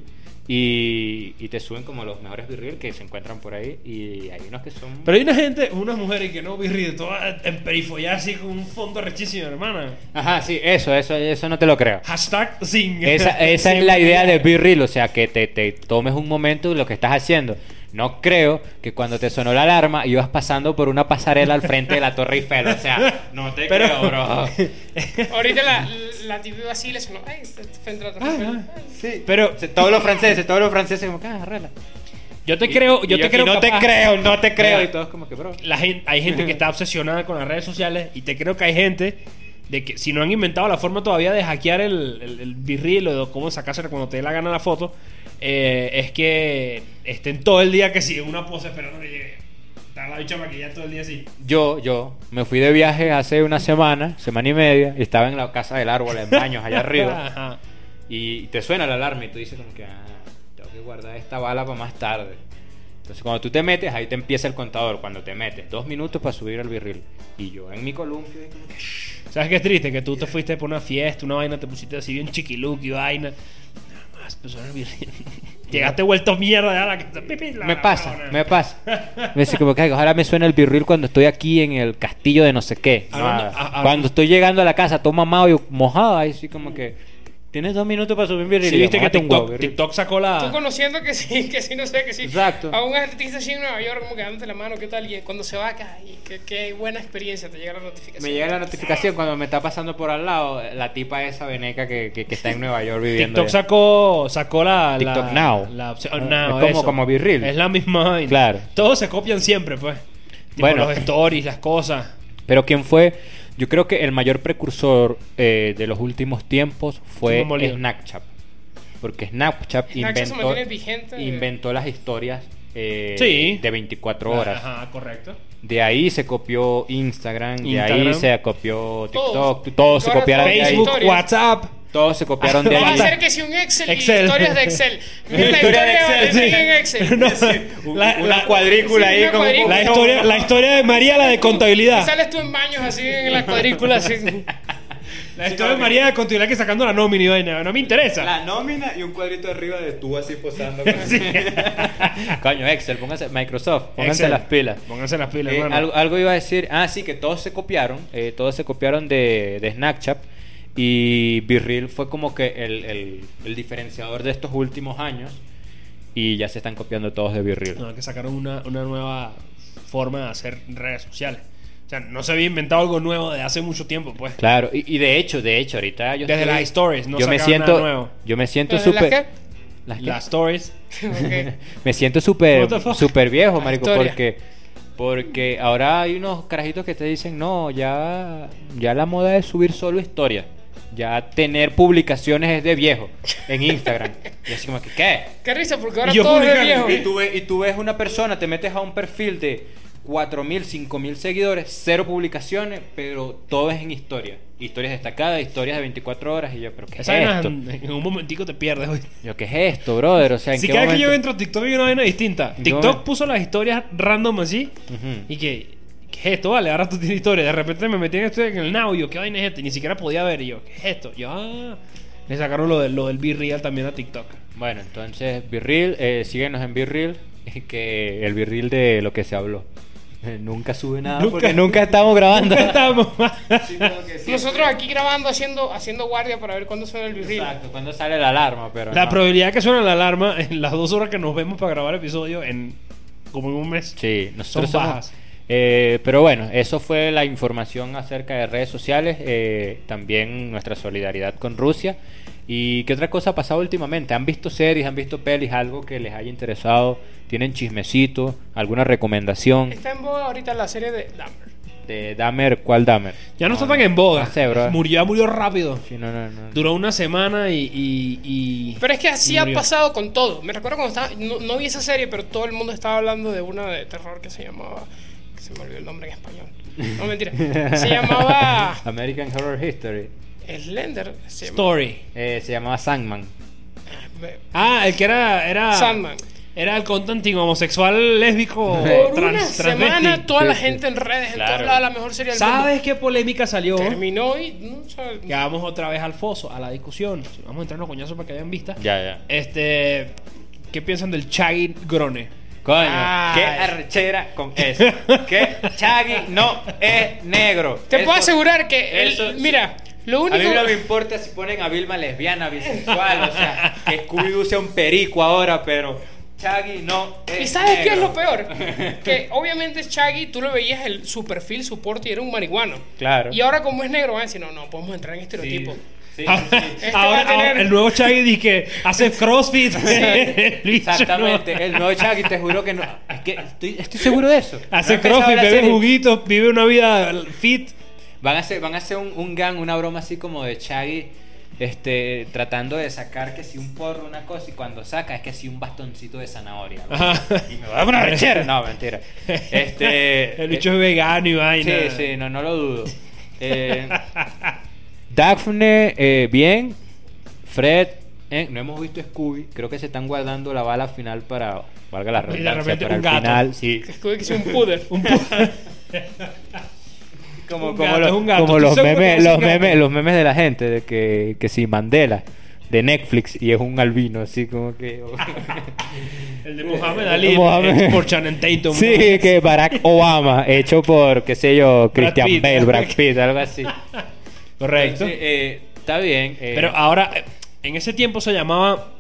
Speaker 2: Y, y te suben como los mejores Be Real que se encuentran por ahí. Y hay unos que son.
Speaker 1: Pero hay una gente, unas mujeres que no virril, todas emperifolladas así con un fondo rechísimo, hermana.
Speaker 2: Ajá, sí, eso, eso, eso no te lo creo.
Speaker 1: Hashtag sin.
Speaker 2: Esa, esa
Speaker 1: sin
Speaker 2: es la idea de
Speaker 1: viril.
Speaker 2: Be Real, o sea, que te, te tomes un momento de lo que estás haciendo. No creo que cuando te sonó la alarma ibas pasando por una pasarela al frente de la Torre Eiffel, o sea, no te
Speaker 1: Pero-
Speaker 2: creo, bro.
Speaker 3: Ahorita la, la TV así le sonó. Ay, este- este frente a la
Speaker 1: Ah,
Speaker 3: torre.
Speaker 1: ah.
Speaker 3: Ay.
Speaker 1: Pero
Speaker 2: O sea, todos los franceses, todos los franceses como que, ah, arregla.
Speaker 1: yo te creo,
Speaker 2: Y-
Speaker 1: yo
Speaker 2: y
Speaker 1: te creo
Speaker 2: y no
Speaker 1: capaz-
Speaker 2: te creo, no te creo.
Speaker 1: Mira.
Speaker 2: Y todos como que, bro.
Speaker 1: la gente, hay gente que está obsesionada con las redes sociales y te creo que hay gente de que si no han inventado la forma todavía de hackear el, el, el virril o de cómo sacársela cuando te dé la gana la foto, eh, es que estén todo el día que si en una pose esperando que llegue. Está la bicha maquillada todo el día así.
Speaker 2: Yo, yo, me fui de viaje hace una semana, semana y media, y estaba en la casa del árbol, en baños, allá arriba.
Speaker 1: Ajá.
Speaker 2: y te suena la alarma y tú dices como que ah, tengo que guardar esta bala para más tarde. Entonces cuando tú te metes, ahí te empieza el contador. Cuando te metes, dos minutos para subir al virril. Y yo en mi columpio, ahí como que,
Speaker 1: ¿Sabes qué es triste? Que tú te fuiste por una fiesta, una vaina, te pusiste así bien chiquiluki, vaina. Nada más, pues, ahora el virril. Llegaste vuelto mierda ya la que- pi, pi, la-
Speaker 2: me
Speaker 1: la-
Speaker 2: pasa,
Speaker 1: la-
Speaker 2: me pasa. Me dice como que "Ay, ojalá me suene el virril cuando estoy aquí en el castillo de no sé qué.
Speaker 1: Hablando-
Speaker 2: Nada.
Speaker 1: a- a-
Speaker 2: cuando estoy llegando a la casa, todo mamado y mojado, ahí sí como que... Tienes dos minutos para subir mi
Speaker 1: Sí,
Speaker 2: reel.
Speaker 1: viste que
Speaker 2: Mámate un huevo,
Speaker 1: TikTok,
Speaker 2: reel.
Speaker 1: TikTok sacó
Speaker 3: Tú
Speaker 1: la.
Speaker 3: conociendo que sí, que sí, no sé, que sí.
Speaker 2: Ah. Exacto.
Speaker 3: A un artista así en Nueva York, como que dándote la mano, ¿qué tal? Y cuando se va acá, y qué, qué buena experiencia, te llega la notificación.
Speaker 2: Me llega la notificación cuando me está pasando por al lado la tipa esa veneca que, que, que está en Nueva York viviendo.
Speaker 1: TikTok
Speaker 2: allá.
Speaker 1: sacó, sacó la. la-
Speaker 2: TikTok Now.
Speaker 1: la opción-
Speaker 2: Ah,
Speaker 1: Now,
Speaker 2: es como-
Speaker 1: eso.
Speaker 2: como Virril.
Speaker 1: Es la misma vaina.
Speaker 2: Claro.
Speaker 1: Todos se copian siempre, pues. bueno.
Speaker 2: Bueno.
Speaker 1: Los stories, las cosas.
Speaker 2: Pero quién fue, yo creo que el mayor precursor eh, de los últimos tiempos fue
Speaker 1: Simón Bolívar.
Speaker 2: Snapchat. Porque Snapchat,
Speaker 3: Snapchat se
Speaker 2: inventó,
Speaker 3: mantiene vigente.
Speaker 2: inventó las historias eh,
Speaker 1: Sí.
Speaker 2: de 24 horas.
Speaker 1: Ajá, correcto.
Speaker 2: De ahí se copió Instagram, de ahí
Speaker 1: Instagram.
Speaker 2: se copió TikTok,
Speaker 3: Todos.
Speaker 2: t- todos se
Speaker 3: Ahora
Speaker 2: copiaron de ahí.
Speaker 1: Facebook,
Speaker 3: historias. Ah,
Speaker 1: WhatsApp.
Speaker 2: Todos se copiaron de
Speaker 3: Vamos a
Speaker 1: Basta.
Speaker 3: hacer
Speaker 2: ahí.
Speaker 3: que si un Excel,
Speaker 1: Excel.
Speaker 3: y historias de Excel. Mira la
Speaker 2: Historia
Speaker 3: historia
Speaker 2: de
Speaker 3: de
Speaker 2: Excel,
Speaker 3: Valentín
Speaker 2: sí.
Speaker 3: en Excel.
Speaker 1: No,
Speaker 2: La,
Speaker 1: la, la-
Speaker 2: cuadrícula
Speaker 3: sí,
Speaker 2: ahí
Speaker 3: una
Speaker 2: como
Speaker 3: cuadrícula.
Speaker 1: la historia, la historia de María, la de
Speaker 3: Y
Speaker 1: contabilidad.
Speaker 3: sales tú en baños así en la cuadrícula, así.
Speaker 1: La historia de María de contabilidad que sacando la nómina y vaina. No me interesa.
Speaker 4: La nómina y un cuadrito arriba de tú así posando.
Speaker 1: Sí.
Speaker 2: Coño, Excel, póngase, Microsoft, pónganse
Speaker 1: Excel.
Speaker 2: las pilas.
Speaker 1: Pónganse las pilas,
Speaker 2: Eh,
Speaker 1: hermano.
Speaker 2: algo, algo iba a decir, ah, sí, que todos se copiaron, eh, todos se copiaron de, de Snapchat y Virril fue como que el, el- el diferenciador de estos últimos años y ya se están copiando todos de Virril.
Speaker 1: No, que sacaron una, una nueva forma de hacer redes sociales. O sea, no se había inventado algo nuevo de hace mucho tiempo, pues.
Speaker 2: Claro, y, y de hecho, de hecho, ahorita yo
Speaker 1: Desde
Speaker 2: estoy-
Speaker 1: las stories, no
Speaker 2: yo me
Speaker 1: sacaron
Speaker 2: siento,
Speaker 1: nada nuevo.
Speaker 2: yo me siento
Speaker 3: ¿Desde las
Speaker 2: súper,
Speaker 3: qué?
Speaker 2: ¿Las qué?
Speaker 1: Las stories.
Speaker 3: Ok.
Speaker 2: me siento
Speaker 1: What
Speaker 2: súper,
Speaker 1: the fuck?
Speaker 2: súper viejo,
Speaker 3: La
Speaker 2: marico,
Speaker 3: historia.
Speaker 2: porque, porque ahora hay unos carajitos que te dicen, no, ya, ya la moda es subir solo historias, ya tener publicaciones es de viejo en Instagram, y así como que qué,
Speaker 3: Qué risa, porque ahora
Speaker 1: Y yo
Speaker 3: todo es de
Speaker 1: publicando,
Speaker 3: viejo.
Speaker 2: y tú, ve- y tú ves una persona, te metes a un perfil de 4.000, 5.000 seguidores, cero publicaciones, pero todo es en historia. Historias destacadas, historias de 24 horas. Y yo, ¿pero qué es
Speaker 1: Esa vaina
Speaker 2: esto?
Speaker 1: en, en un momentico te pierdes, güey.
Speaker 2: Yo, ¿qué es esto, brother? O sea, ¿en
Speaker 1: Si
Speaker 2: qué
Speaker 1: cada vez que
Speaker 2: momento?
Speaker 1: yo entro a TikTok hay una vaina distinta.
Speaker 2: ¿En qué
Speaker 1: TikTok
Speaker 2: momento?
Speaker 1: puso las historias random así.
Speaker 2: Ujú.
Speaker 1: Y que, ¿qué es esto? Vale, ahora tú tienes historia. De repente me metí en esto en el Now y yo, ¿qué vaina es esto? Y ni siquiera podía ver. Y yo, ¿qué es esto? Yo, ah. Le sacaron lo, de, lo del Be Real también a TikTok.
Speaker 2: Bueno, entonces, Virril, eh, síguenos en Virril, que el Virril de lo que se habló. Eh, Nunca sube nada
Speaker 1: Nunca-
Speaker 2: porque nunca estamos grabando.
Speaker 1: Estamos.
Speaker 3: Nosotros aquí grabando, haciendo, haciendo guardia para ver cuándo suena el virril.
Speaker 2: Exacto, cuando sale la alarma, pero
Speaker 1: La
Speaker 2: no.
Speaker 1: probabilidad que suena la alarma en las dos horas que nos vemos para grabar episodio en como en un mes.
Speaker 2: Sí, nosotros
Speaker 1: Son
Speaker 2: somos-
Speaker 1: bajas.
Speaker 2: eh, pero bueno, eso fue la información acerca de redes sociales, eh, también nuestra solidaridad con Rusia. ¿Y qué otra cosa ha pasado últimamente? ¿Han visto series, han visto pelis, algo que les haya interesado? ¿Tienen chismecito? ¿Alguna recomendación?
Speaker 3: Está en boga ahorita la serie de Dahmer.
Speaker 2: ¿De Dahmer? ¿Cuál Dahmer?
Speaker 1: Ya no, está tan en boga.
Speaker 2: No sé, bro.
Speaker 1: murió, ya murió rápido.
Speaker 2: Sí, no, no, no.
Speaker 1: Duró una semana y. y- y-
Speaker 3: Pero es que así
Speaker 1: y
Speaker 3: ha
Speaker 1: murió.
Speaker 3: pasado con todo. Me recuerdo cuando estaba. No, no vi esa serie, pero todo el mundo estaba hablando de una de terror que se llamaba. que se me olvidó el nombre en español. No, mentira. Se llamaba.
Speaker 2: American Horror History.
Speaker 3: Slender. Se llamaba-
Speaker 1: Story.
Speaker 2: Eh, se llamaba Sandman.
Speaker 3: me-
Speaker 1: Ah, el que era. era
Speaker 3: Sandman.
Speaker 1: Era el constantino homosexual, lésbico,
Speaker 3: Por
Speaker 1: trans,
Speaker 3: una
Speaker 1: transvesti.
Speaker 3: semana toda la
Speaker 2: Sí,
Speaker 3: gente en redes, en
Speaker 2: Claro.
Speaker 3: todos lados, la mejor serie del
Speaker 1: ¿Sabes qué polémica salió?
Speaker 3: mundo. Terminó y. No, sabe-
Speaker 1: Que vamos otra vez al foso, a la discusión. Vamos a entrarnos coñazos para que hayan vista.
Speaker 2: Ya, ya.
Speaker 1: Este. ¿Qué piensan del Chaggy Grone?
Speaker 2: Coño,
Speaker 3: Ay.
Speaker 2: qué arrechera con eso. que Chaggy no es negro.
Speaker 3: Te puedo
Speaker 2: Eso-
Speaker 3: asegurar que. el-
Speaker 2: eso-
Speaker 3: mira, lo
Speaker 2: A mí
Speaker 3: único.
Speaker 2: no me importa si ponen a Vilma lesbiana, bisexual, o sea, que Scooby-Doo sea un perico ahora, pero Chaggy no es
Speaker 3: ¿Y sabes qué es
Speaker 2: negro.
Speaker 3: lo peor? Que obviamente Shaggy, tú lo veías el, su perfil, su porte y era un marihuano.
Speaker 2: Claro.
Speaker 3: Y ahora como es negro van a decir, no, no, podemos entrar en estereotipo.
Speaker 2: Sí,
Speaker 1: ahora,
Speaker 2: sí, sí.
Speaker 3: Este va
Speaker 1: Ah, ahora-
Speaker 3: a tener-
Speaker 1: ahora el nuevo Chaggy dice que hace crossfit. El bicho, ¿no?
Speaker 2: Exactamente, el nuevo Chaggy, te juro que no. Es que estoy, estoy seguro de eso. No
Speaker 1: Hace
Speaker 2: he empezado
Speaker 1: crossfit,
Speaker 2: la
Speaker 1: bebe
Speaker 2: serie.
Speaker 1: juguitos, vive una vida fit.
Speaker 2: Van a hacer, van a hacer un, un gang, una broma así como de Chaggy, este, tratando de sacar que si un porro, una cosa, y cuando saca es que si un bastoncito de zanahoria. ¿no?
Speaker 1: Ajá.
Speaker 2: Y me va a dar una rechera. No, mentira. Este, eh,
Speaker 1: El bicho es vegano y vaina.
Speaker 2: Sí, sí, no, no lo dudo. Eh, Daphne, eh, bien. Fred, eh, no hemos visto Scooby. Creo que se están guardando la bala final para. Valga la
Speaker 1: de
Speaker 2: redundancia,
Speaker 1: repente
Speaker 2: para
Speaker 1: un
Speaker 2: el
Speaker 1: gato.
Speaker 2: final. Sí.
Speaker 3: Es como que sea un puder.
Speaker 1: Un pu-
Speaker 2: Como,
Speaker 1: Un
Speaker 2: como
Speaker 1: gato,
Speaker 2: los,
Speaker 1: un gato.
Speaker 2: como
Speaker 1: Estoy
Speaker 2: los
Speaker 1: seguro que
Speaker 2: memes,
Speaker 1: es un
Speaker 2: los
Speaker 1: gato.
Speaker 2: memes, los memes de la gente, de que, que si Mandela, de Netflix, y es un albino, así como que.
Speaker 1: El Ah, de Mohamed Ali.
Speaker 2: Mohamed.
Speaker 1: hecho Por Channing Tatum.
Speaker 2: Sí, que Barack Obama, hecho por, qué sé yo, Christian
Speaker 1: Pitt.
Speaker 2: Bale, Brad Pitt, algo así.
Speaker 1: Correcto.
Speaker 2: Entonces, eh, está bien. eh,
Speaker 1: Pero ahora, eh, en ese tiempo se llamaba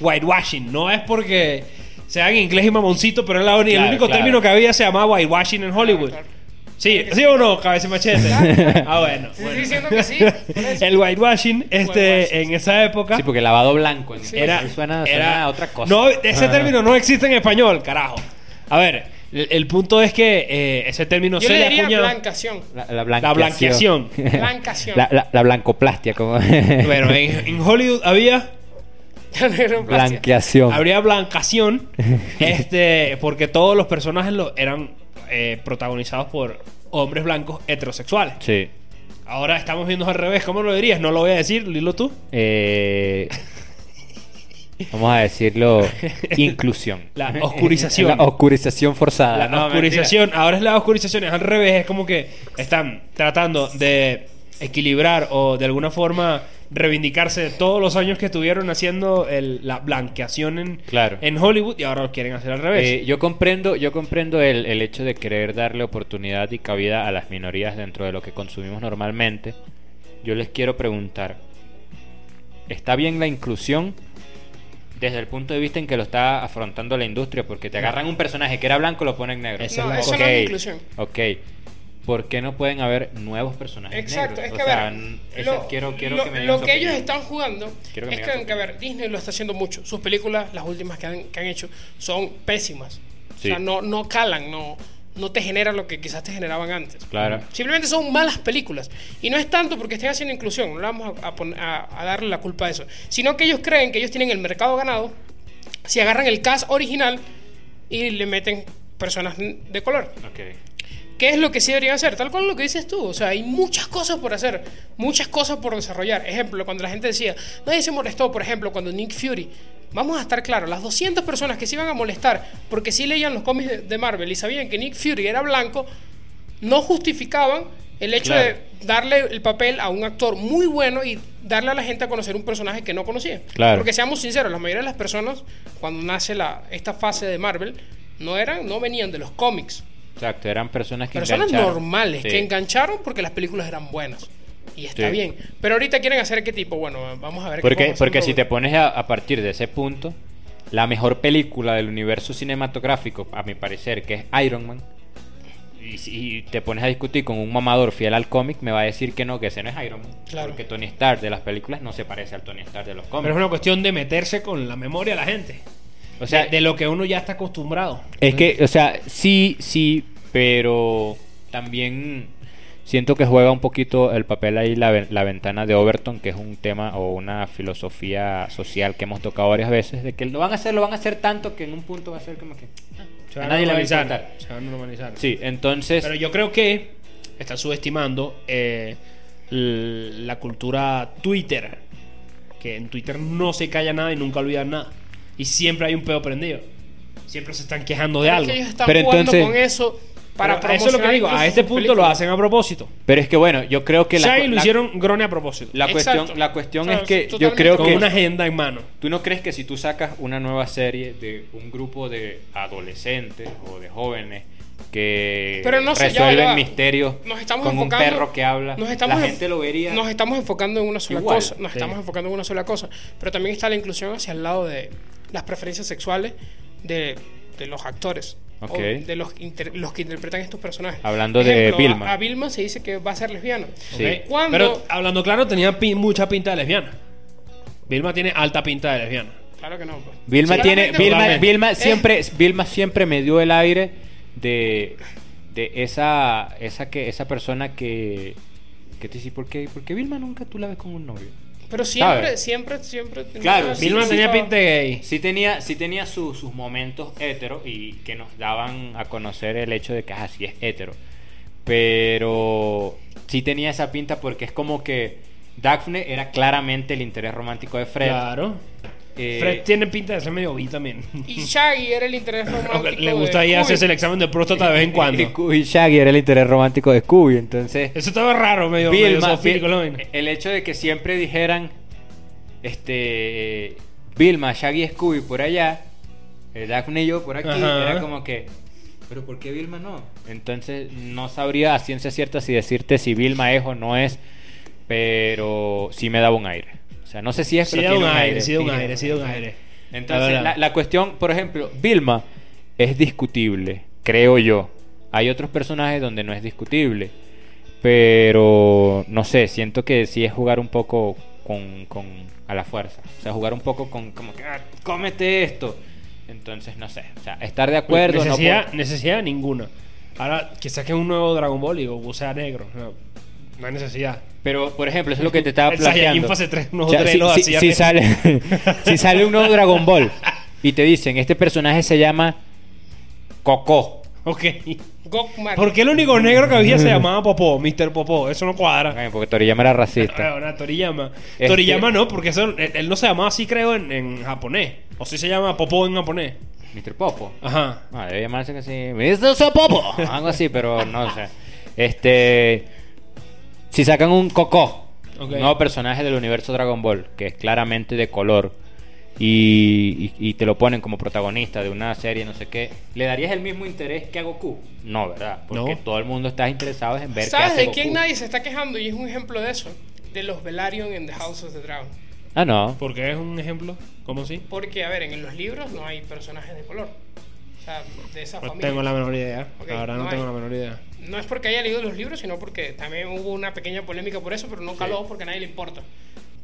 Speaker 1: whitewashing. No es porque sea en inglés y mamoncito, pero era la uni- el
Speaker 2: Claro,
Speaker 1: único
Speaker 2: claro.
Speaker 1: término que había se llamaba whitewashing en Hollywood.
Speaker 3: Claro, claro.
Speaker 1: Sí, ¿sí o no, cabeza y machete? ah, bueno.
Speaker 3: Sí,
Speaker 1: bueno.
Speaker 3: sí, diciendo que sí. por eso.
Speaker 1: El whitewashing, este,
Speaker 3: Whitewashing,
Speaker 1: en esa época.
Speaker 2: Sí, porque lavado blanco en
Speaker 1: Era,
Speaker 2: español
Speaker 1: era-
Speaker 2: suena, suena a otra cosa. Ah.
Speaker 1: No, ese término no existe en español, carajo. A ver, el, el punto es que eh, ese término
Speaker 3: Yo
Speaker 1: se
Speaker 3: le
Speaker 1: le
Speaker 3: diría
Speaker 1: acuñó.
Speaker 3: blancación.
Speaker 1: La
Speaker 2: La, la blanqueación.
Speaker 1: blanqueación.
Speaker 3: Blancación.
Speaker 2: La, la- la blancoplastia, como.
Speaker 1: Bueno, en, en Hollywood había
Speaker 3: Neuroplastia.
Speaker 2: Blanqueación.
Speaker 1: habría blancación, este, porque todos los personajes lo, eran eh, protagonizados por hombres blancos heterosexuales.
Speaker 2: Sí.
Speaker 1: Ahora estamos viendo al revés, ¿cómo lo dirías? No lo voy a decir, dilo tú.
Speaker 2: Eh, vamos a decirlo. inclusión.
Speaker 1: La oscurización.
Speaker 2: La oscurización forzada.
Speaker 1: La
Speaker 2: Ah, No,
Speaker 1: oscurización, ahora es la oscurización, es al revés, es como que están tratando de equilibrar o de alguna forma reivindicarse de todos los años que estuvieron haciendo el- la blanqueación en,
Speaker 2: Claro.
Speaker 1: en Hollywood y ahora lo quieren hacer al revés.
Speaker 2: Eh, yo comprendo, yo comprendo el, el hecho de querer darle oportunidad y cabida a las minorías dentro de lo que consumimos normalmente. Yo les quiero preguntar, ¿está bien la inclusión desde el punto de vista en que lo está afrontando la industria? Porque te agarran un personaje que era blanco y lo ponen negro.
Speaker 1: Esa
Speaker 3: es No, la eso
Speaker 2: Ok,
Speaker 3: no es inclusión.
Speaker 2: Ok. ¿Por qué no pueden haber nuevos personajes
Speaker 3: Exacto, es
Speaker 2: negros?
Speaker 3: que
Speaker 2: O sea,
Speaker 3: a ver,
Speaker 2: n- eso
Speaker 3: lo,
Speaker 2: quiero, quiero
Speaker 3: lo-
Speaker 2: que me digan
Speaker 3: lo
Speaker 2: su
Speaker 3: que ellos
Speaker 2: opinión.
Speaker 3: están jugando
Speaker 2: Quiero que
Speaker 3: es
Speaker 2: me
Speaker 3: que,
Speaker 2: digan su
Speaker 3: a ver, Disney lo está haciendo mucho. Sus películas, las últimas que han, que han hecho, son pésimas.
Speaker 2: Sí.
Speaker 3: O sea, no, no calan, no, no te generan lo que quizás te generaban antes.
Speaker 2: Claro.
Speaker 3: Simplemente son malas películas. Y no es tanto porque estén haciendo inclusión, no le vamos a, a pon- a- a darle la culpa a eso. Sino que ellos creen que ellos tienen el mercado ganado si agarran el cast original y le meten personas de color.
Speaker 2: Ok.
Speaker 3: ¿Qué es lo que sí deberían hacer? Tal cual lo que dices tú. O sea, hay muchas cosas por hacer, muchas cosas por desarrollar. Ejemplo, cuando la gente decía, nadie se molestó, por ejemplo, cuando Nick Fury. Vamos a estar claros, las 200 personas que se iban a molestar porque sí leían los cómics de- de Marvel y sabían que Nick Fury era blanco, no justificaban el hecho
Speaker 2: Claro.
Speaker 3: de darle el papel a un actor muy bueno y darle a la gente a conocer un personaje que no conocía.
Speaker 2: Claro.
Speaker 3: Porque seamos sinceros, la mayoría de las personas cuando nace la, esta fase de Marvel no eran, no venían de los cómics.
Speaker 2: Exacto, eran personas que
Speaker 3: Personas
Speaker 2: engancharon.
Speaker 3: normales
Speaker 2: Sí.
Speaker 3: que engancharon porque las películas eran buenas. Y está
Speaker 2: Sí.
Speaker 3: bien. Pero ahorita quieren hacer qué tipo. Bueno, vamos a ver qué
Speaker 2: Porque,
Speaker 3: podemos hacer
Speaker 2: porque
Speaker 3: un
Speaker 2: si te
Speaker 3: producto.
Speaker 2: pones a, a partir de ese punto, la mejor película del universo cinematográfico, a mi parecer, que es Iron Man, y, si- y te pones a discutir con un mamador fiel al cómic, me va a decir que no, que ese no es Iron Man.
Speaker 3: Claro.
Speaker 2: Porque Tony Stark de las películas no se parece al Tony Stark de los
Speaker 1: Pero es
Speaker 2: cómics.
Speaker 1: una cuestión de meterse con la memoria de la gente.
Speaker 2: O sea,
Speaker 1: de, de lo que uno ya está acostumbrado.
Speaker 2: es que, o sea, sí, sí, pero también siento que juega un poquito el papel ahí la, ve- la ventana de Overton, que es un tema o una filosofía social que hemos tocado varias veces, de que lo van a hacer, lo van a hacer tanto que en un punto va a ser como que...
Speaker 1: Se
Speaker 2: A
Speaker 1: van a
Speaker 2: nadie le va a
Speaker 1: normalizar.
Speaker 2: importar.
Speaker 1: Se van a normalizar.
Speaker 2: Sí, entonces...
Speaker 1: Pero yo creo que está subestimando eh, l- la cultura Twitter. Que en Twitter no se calla nada y nunca olvidan nada. Y siempre hay un pedo prendido. Siempre se están quejando de
Speaker 3: Pero es
Speaker 1: algo.
Speaker 3: que ellos están
Speaker 2: Pero
Speaker 3: jugando
Speaker 2: entonces-
Speaker 3: con eso para
Speaker 1: Pero eso es lo que
Speaker 3: promocionar
Speaker 1: digo.
Speaker 3: incluso
Speaker 1: A este
Speaker 3: sus
Speaker 1: punto lo
Speaker 3: películas.
Speaker 1: hacen a propósito.
Speaker 2: Pero es que bueno, yo creo que la,
Speaker 1: Shaggy lo
Speaker 2: la-
Speaker 1: hicieron grone a propósito.
Speaker 2: la cuestión,
Speaker 3: Exacto.
Speaker 2: la cuestión
Speaker 3: O sea,
Speaker 2: es que yo
Speaker 3: totalmente.
Speaker 2: creo
Speaker 1: con
Speaker 2: que
Speaker 1: una agenda en mano.
Speaker 2: tú no crees que si tú sacas una nueva serie de un grupo de adolescentes o de jóvenes que
Speaker 3: Pero no sé, ya va,
Speaker 2: resuelven
Speaker 3: ya va.
Speaker 2: misterios
Speaker 3: Nos estamos
Speaker 2: con
Speaker 3: enfocando,
Speaker 2: un perro que habla,
Speaker 3: nos estamos
Speaker 2: la
Speaker 3: en-
Speaker 2: gente lo vería.
Speaker 3: Nos estamos enfocando en una sola
Speaker 2: igual,
Speaker 3: cosa. Nos
Speaker 1: sí.
Speaker 3: estamos enfocando en una sola cosa. Pero también está la inclusión hacia el lado de las preferencias sexuales de, de los actores.
Speaker 2: Ok.
Speaker 3: o de los, inter- los que interpretan estos personajes.
Speaker 2: Hablando de
Speaker 3: Ejemplo, a-
Speaker 2: Vilma.
Speaker 3: A, Vilma se dice que va a ser lesbiana.
Speaker 2: Sí.
Speaker 1: ¿ok?
Speaker 3: Cuando-
Speaker 1: Pero hablando claro, tenía pi- mucha pinta de lesbiana. Vilma tiene alta pinta de lesbiana.
Speaker 3: Claro que no. pues.
Speaker 2: Vilma tiene
Speaker 3: Claramente,
Speaker 2: Vilma,
Speaker 1: Totalmente.
Speaker 2: Vilma
Speaker 3: Eh.
Speaker 2: siempre Vilma siempre me dio el aire de, de esa esa que esa persona que que te dice por qué por qué Vilma nunca tú la ves con un novio.
Speaker 3: Pero siempre,
Speaker 2: ¿Sabes?
Speaker 3: siempre, siempre. tenía
Speaker 2: Claro,
Speaker 3: una-
Speaker 2: Sí,
Speaker 1: Vilma
Speaker 2: sí,
Speaker 1: tenía
Speaker 3: sí,
Speaker 1: pinta de gay.
Speaker 2: Sí tenía, sí tenía su- sus momentos hetero y que nos daban a conocer el hecho de que así es hetero. Pero sí tenía esa pinta porque es como que Daphne era claramente el interés romántico de Fred.
Speaker 1: Claro.
Speaker 2: Eh,
Speaker 1: Fred tiene pinta de ser medio bi también.
Speaker 3: Y Shaggy era el interés romántico.
Speaker 1: Le
Speaker 3: de
Speaker 1: gusta ir a hacerse el
Speaker 3: Scooby.
Speaker 1: examen de próstata de vez en
Speaker 2: y,
Speaker 1: cuando.
Speaker 2: Cu- y Shaggy era el interés romántico de Scooby, entonces...
Speaker 1: Eso estaba raro, medio, medio
Speaker 2: Vilma,
Speaker 1: zoofílico,
Speaker 2: Vil-
Speaker 1: la vaina.
Speaker 2: el hecho de que siempre dijeran este eh, Vilma, Shaggy, Scooby por allá, eh, Daphne y yo por aquí,
Speaker 1: Ajá.
Speaker 2: era como que pero ¿por qué Vilma no? Entonces no sabría a ciencia cierta si decirte si Vilma es o no es, pero sí me daba un aire. sea, no sé si es,
Speaker 1: Sí
Speaker 2: pero
Speaker 1: da un
Speaker 2: tiene un
Speaker 1: aire,
Speaker 2: aire,
Speaker 1: sí da un
Speaker 2: tiene
Speaker 1: aire, sí da un aire.
Speaker 2: Entonces,
Speaker 1: verdad.
Speaker 2: la, la cuestión, por ejemplo, Vilma es discutible, creo yo. Hay otros personajes donde no es discutible. Pero, no sé, siento que sí es jugar un poco con, con- a la fuerza. O sea, jugar un poco con como que, "Ah, cómete esto. Entonces, no sé. O sea, estar de acuerdo. no
Speaker 1: necesidad,
Speaker 2: puedo-
Speaker 1: necesidad ninguna. Ahora, que saquen un nuevo Dragon Ball y Goku sea negro. No, no hay necesidad.
Speaker 2: Pero, por ejemplo, eso es lo que te estaba
Speaker 1: El Saiyajin
Speaker 2: planteando.
Speaker 1: fase tres, unos
Speaker 2: O sea,
Speaker 1: tres
Speaker 2: si,
Speaker 1: los
Speaker 2: si-
Speaker 1: hacía
Speaker 2: si
Speaker 1: re-
Speaker 2: sale, si sale un nuevo Dragon Ball y te dicen, este personaje se llama Coco.
Speaker 1: Ok.
Speaker 3: Gok Mark.
Speaker 1: ¿Por qué el único negro que había se llamaba Popó? Mr. Popó. Eso no cuadra.
Speaker 2: Ay, Porque Toriyama era racista.
Speaker 1: Ahora, Toriyama.
Speaker 2: Este-
Speaker 1: Toriyama no, porque eso, él, él no se llamaba así, creo, en, en japonés. O sí se llama Popó en japonés.
Speaker 2: Mr. Popo.
Speaker 1: Ajá.
Speaker 2: Ah, debe llamarse que sí. Mr. Sopopo. Algo así, pero no sé. Este. Si sacan un Coco,
Speaker 1: Ok.
Speaker 2: un nuevo personaje del universo Dragon Ball, que es claramente de color, y, y- y te lo ponen como protagonista de una serie, no sé qué, ¿le darías el mismo interés que a Goku? No, ¿verdad? Porque
Speaker 1: No.
Speaker 2: todo el mundo está interesado en ver qué
Speaker 3: ¿Sabes
Speaker 2: hace
Speaker 3: de
Speaker 2: Goku.
Speaker 3: quién nadie se está quejando? Y es un ejemplo de eso. De los Velaryon en The House of the Dragon.
Speaker 2: Ah, no.
Speaker 1: Porque es un ejemplo. ¿Cómo sí?
Speaker 3: Porque, a ver, en los libros no hay personajes de color. O sea, de esa
Speaker 1: No
Speaker 3: familia.
Speaker 1: Pues tengo la menor idea.
Speaker 3: Ok,
Speaker 1: Ahora no,
Speaker 3: no
Speaker 1: tengo
Speaker 3: hay.
Speaker 1: la menor idea.
Speaker 3: No es porque haya leído los libros, sino porque también hubo una pequeña polémica por eso, pero no caló porque a nadie le importa.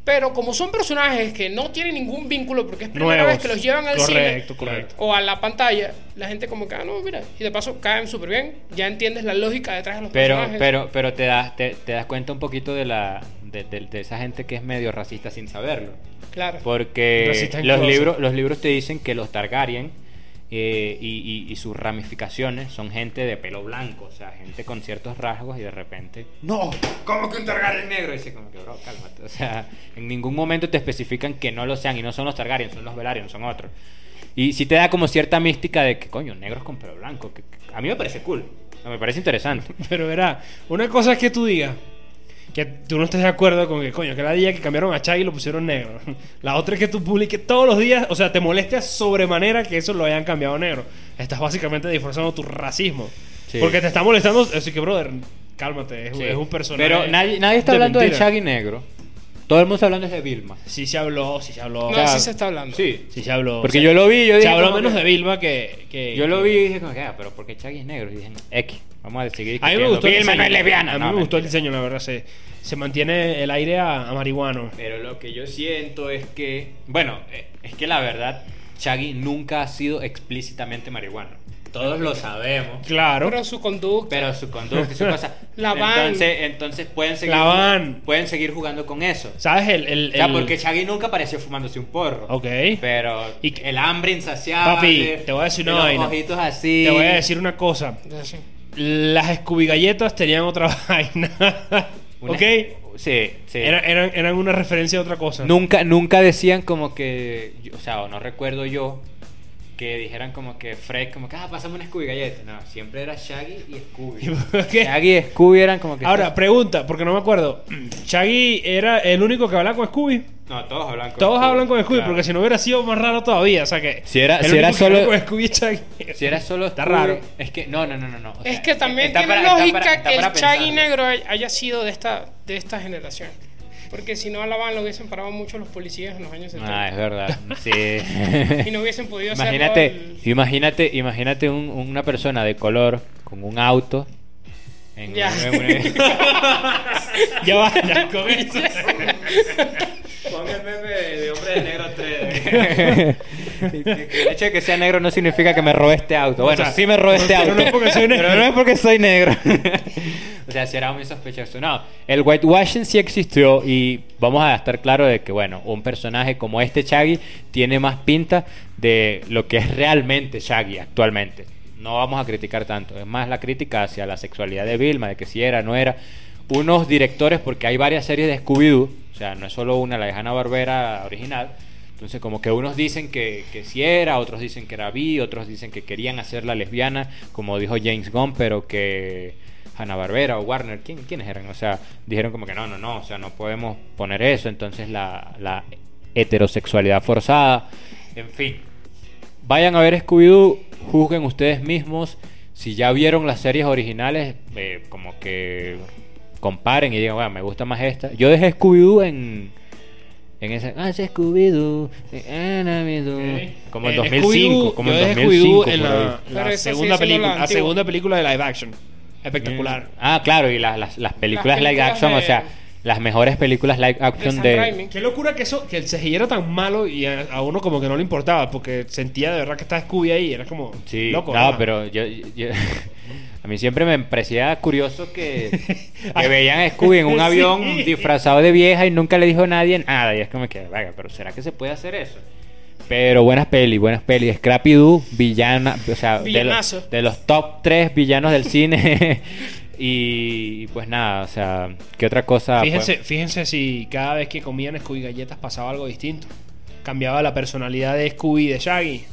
Speaker 3: Pero como son personajes que no tienen ningún vínculo porque es primera
Speaker 1: Nuevos.
Speaker 3: vez que los llevan al
Speaker 1: Correcto,
Speaker 3: cine
Speaker 1: correcto.
Speaker 3: o a la pantalla, la gente como que, ah, no, mira, y de paso caen súper bien, ya entiendes la lógica detrás de los
Speaker 2: Pero,
Speaker 3: personajes.
Speaker 2: pero, pero te, das, te, te das cuenta un poquito de, la, de, de- de esa gente que es medio racista sin saberlo.
Speaker 3: Claro.
Speaker 2: Porque
Speaker 1: Resistance
Speaker 2: los
Speaker 1: Closet.
Speaker 2: libros, los libros te dicen que los Targaryen eh, y, y- y sus ramificaciones son gente de pelo blanco, o sea, gente con ciertos rasgos y de repente...
Speaker 1: ¡No!
Speaker 2: ¿Cómo que un Targaryen negro? Y dice como que, bro, cálmate. O sea, en ningún momento te especifican que no lo sean y no son los Targaryen, son los Velaryon, son otros. Y sí te da como cierta mística de que, coño, negros con pelo blanco. que- que- a mí me parece cool, me parece interesante.
Speaker 1: Pero verá, una cosa es que tú digas que tú no estés de acuerdo con que, coño, que la día que cambiaron a Chaggy lo pusieron negro. La otra es que tú publiques todos los días, o sea, te molestas sobremanera que eso lo hayan cambiado negro. Estás básicamente disfrazando tu racismo.
Speaker 2: Sí.
Speaker 1: Porque te está molestando, así que, brother, cálmate, es,
Speaker 2: Sí.
Speaker 1: es un personaje.
Speaker 2: Pero nadie, nadie está hablando de Shaggy negro. Todo el mundo está hablando es de Vilma.
Speaker 1: Sí se habló, sí se habló.
Speaker 3: No,
Speaker 1: o sea,
Speaker 3: sí se está hablando.
Speaker 2: Sí.
Speaker 1: sí se habló.
Speaker 2: Porque
Speaker 1: o sea,
Speaker 2: yo lo vi, yo
Speaker 1: Se
Speaker 2: dije
Speaker 1: habló
Speaker 2: como
Speaker 1: menos
Speaker 2: que-
Speaker 1: de Vilma que. que-
Speaker 2: Yo
Speaker 1: que-
Speaker 2: lo vi y dije, como que, ah, pero ¿por qué Chaggy es negro? Y dije, X, vamos a seguir
Speaker 1: A mí me
Speaker 2: discutiendo.
Speaker 1: gustó el
Speaker 2: Vilma
Speaker 1: diseño.
Speaker 2: no es lesbiana.
Speaker 1: A mí
Speaker 2: No,
Speaker 1: me gustó el
Speaker 2: mentira.
Speaker 1: diseño, la verdad. Se, se mantiene el aire a, a marihuano.
Speaker 2: Pero lo que yo siento es que, bueno, eh, es que la verdad, Chaggy nunca ha sido explícitamente marihuano. Todos lo sabemos.
Speaker 1: Claro.
Speaker 3: Pero su conducta.
Speaker 2: Pero su conducta y su cosa.
Speaker 3: La van.
Speaker 2: Entonces, entonces pueden seguir.
Speaker 1: La van.
Speaker 2: Pueden seguir jugando con eso.
Speaker 1: ¿Sabes? El, el,
Speaker 2: O sea,
Speaker 1: el-
Speaker 2: porque Chaggy nunca apareció fumándose un porro.
Speaker 1: Ok.
Speaker 2: Pero
Speaker 1: Y que-
Speaker 2: el hambre insaciable.
Speaker 1: Papi, te voy a decir una
Speaker 2: los
Speaker 1: vaina.
Speaker 2: ojitos así.
Speaker 1: Te voy a decir una cosa.
Speaker 3: Entonces, sí.
Speaker 1: Las Scooby Galletas tenían otra vaina.
Speaker 2: Una-
Speaker 1: ¿Ok?
Speaker 2: Sí, sí.
Speaker 1: Era- eran, eran una referencia a otra cosa.
Speaker 2: Nunca, nunca decían como que. yo- O sea, o no recuerdo yo que dijeran como que Fred, como que, ah, pásame una Scooby galleta. No, siempre era Shaggy y Scooby.
Speaker 1: ¿Qué?
Speaker 2: Shaggy y Scooby eran como que.
Speaker 1: Ahora, pregunta, porque no me acuerdo. Shaggy era el único que hablaba con Scooby.
Speaker 2: no, todos hablan con
Speaker 1: Todos hablan con Scooby,
Speaker 2: claro.
Speaker 1: porque si no hubiera sido más raro todavía. O sea que.
Speaker 2: Si era-
Speaker 1: el
Speaker 2: si era
Speaker 1: único que hablaba
Speaker 2: solo-
Speaker 1: Con Scooby es Shaggy.
Speaker 2: Si era solo
Speaker 1: Está
Speaker 2: Scooby,
Speaker 1: raro.
Speaker 2: Es que, no, no, no, no. no. o
Speaker 3: Es
Speaker 2: sea,
Speaker 3: que también
Speaker 2: está
Speaker 3: tiene
Speaker 2: para- está para-
Speaker 3: lógica
Speaker 2: está
Speaker 3: que el
Speaker 2: para
Speaker 3: Chaggy
Speaker 2: pensarlo.
Speaker 3: negro hay- haya sido de esta, de esta generación. Porque si no, a la van lo hubiesen parado mucho los policías en los años 70.
Speaker 2: Ah, es verdad.
Speaker 3: Y
Speaker 2: Sí.
Speaker 3: no hubiesen podido hacerlo
Speaker 2: imagínate,
Speaker 3: al-
Speaker 2: imagínate, imagínate un- una persona de color con un auto. en
Speaker 3: Ya.
Speaker 1: ya va, ya con eso.
Speaker 4: Pon el meme de hombre de negro 3.
Speaker 2: que, que el hecho de que sea negro no significa que me robé este auto. Bueno,
Speaker 1: O sea,
Speaker 2: sí me robé este
Speaker 1: pero no
Speaker 2: auto.
Speaker 1: es porque soy negro.
Speaker 2: Pero no es porque soy negro. o sea, si era muy sospechoso. No, el whitewashing sí existió y vamos a estar claro de que, bueno, un personaje como este Shaggy tiene más pinta de lo que es realmente Shaggy actualmente. No vamos a criticar tanto. Es más la crítica hacia la sexualidad de Vilma, de que si era, no era. Unos directores, porque hay varias series de Scooby-Doo, o sea, no es solo una, la de Hanna-Barbera original, entonces, como que unos dicen que, que sí era, otros dicen que era bi, otros dicen que querían hacerla lesbiana, como dijo James Gunn, pero que Hanna Barbera o Warner, ¿quién, ¿quiénes eran? O sea, dijeron como que no, no, no, o sea, no podemos poner eso. Entonces, la, la heterosexualidad forzada, en fin. Vayan a ver Scooby-Doo, juzguen ustedes mismos. Si ya vieron las series originales, eh, como que comparen y digan, bueno, me gusta más esta. Yo dejé Scooby-Doo en, En esa. Ah, es Scooby-Doo. eh, Scooby-Doo. Como en
Speaker 1: El
Speaker 2: 2005.
Speaker 1: Eh, Scooby-Doo-
Speaker 2: Como
Speaker 1: yo
Speaker 2: en
Speaker 1: dejé
Speaker 2: 2005.
Speaker 1: Scooby-Doo en
Speaker 2: por ahí.
Speaker 1: la, la
Speaker 3: Pero esa
Speaker 1: segunda
Speaker 3: sigue siendo la
Speaker 1: película, la
Speaker 3: antigua.
Speaker 1: segunda película de live action. Espectacular.
Speaker 2: Ah, claro, y las, las, las películas
Speaker 3: Las
Speaker 2: live
Speaker 3: películas
Speaker 2: action,
Speaker 3: de-
Speaker 2: o sea, las mejores películas live
Speaker 3: de
Speaker 2: action
Speaker 3: Sam
Speaker 2: de.
Speaker 3: Raimi.
Speaker 1: Qué locura que eso, que el CGI era tan malo y a, a uno como que no le importaba, porque sentía de verdad que estaba Scooby ahí, era como
Speaker 2: Sí,
Speaker 1: loco.
Speaker 2: no,
Speaker 1: ¿verdad?
Speaker 2: pero yo, yo- a mí siempre me parecía curioso que, que veían a Scooby en un
Speaker 1: Sí.
Speaker 2: avión disfrazado de vieja y nunca le dijo a nadie nada. Y es como que, venga, pero ¿será que se puede hacer eso? Pero buenas pelis, buenas pelis. Scrappy Doo, villana, o sea, de
Speaker 3: Villanazo.
Speaker 2: los, de los top tres villanos del cine. y, pues nada, o sea, ¿qué otra cosa?
Speaker 1: Fíjense,
Speaker 2: pues?
Speaker 1: fíjense si cada vez que comían Scooby galletas pasaba algo distinto. Cambiaba la personalidad de Scooby y de Shaggy.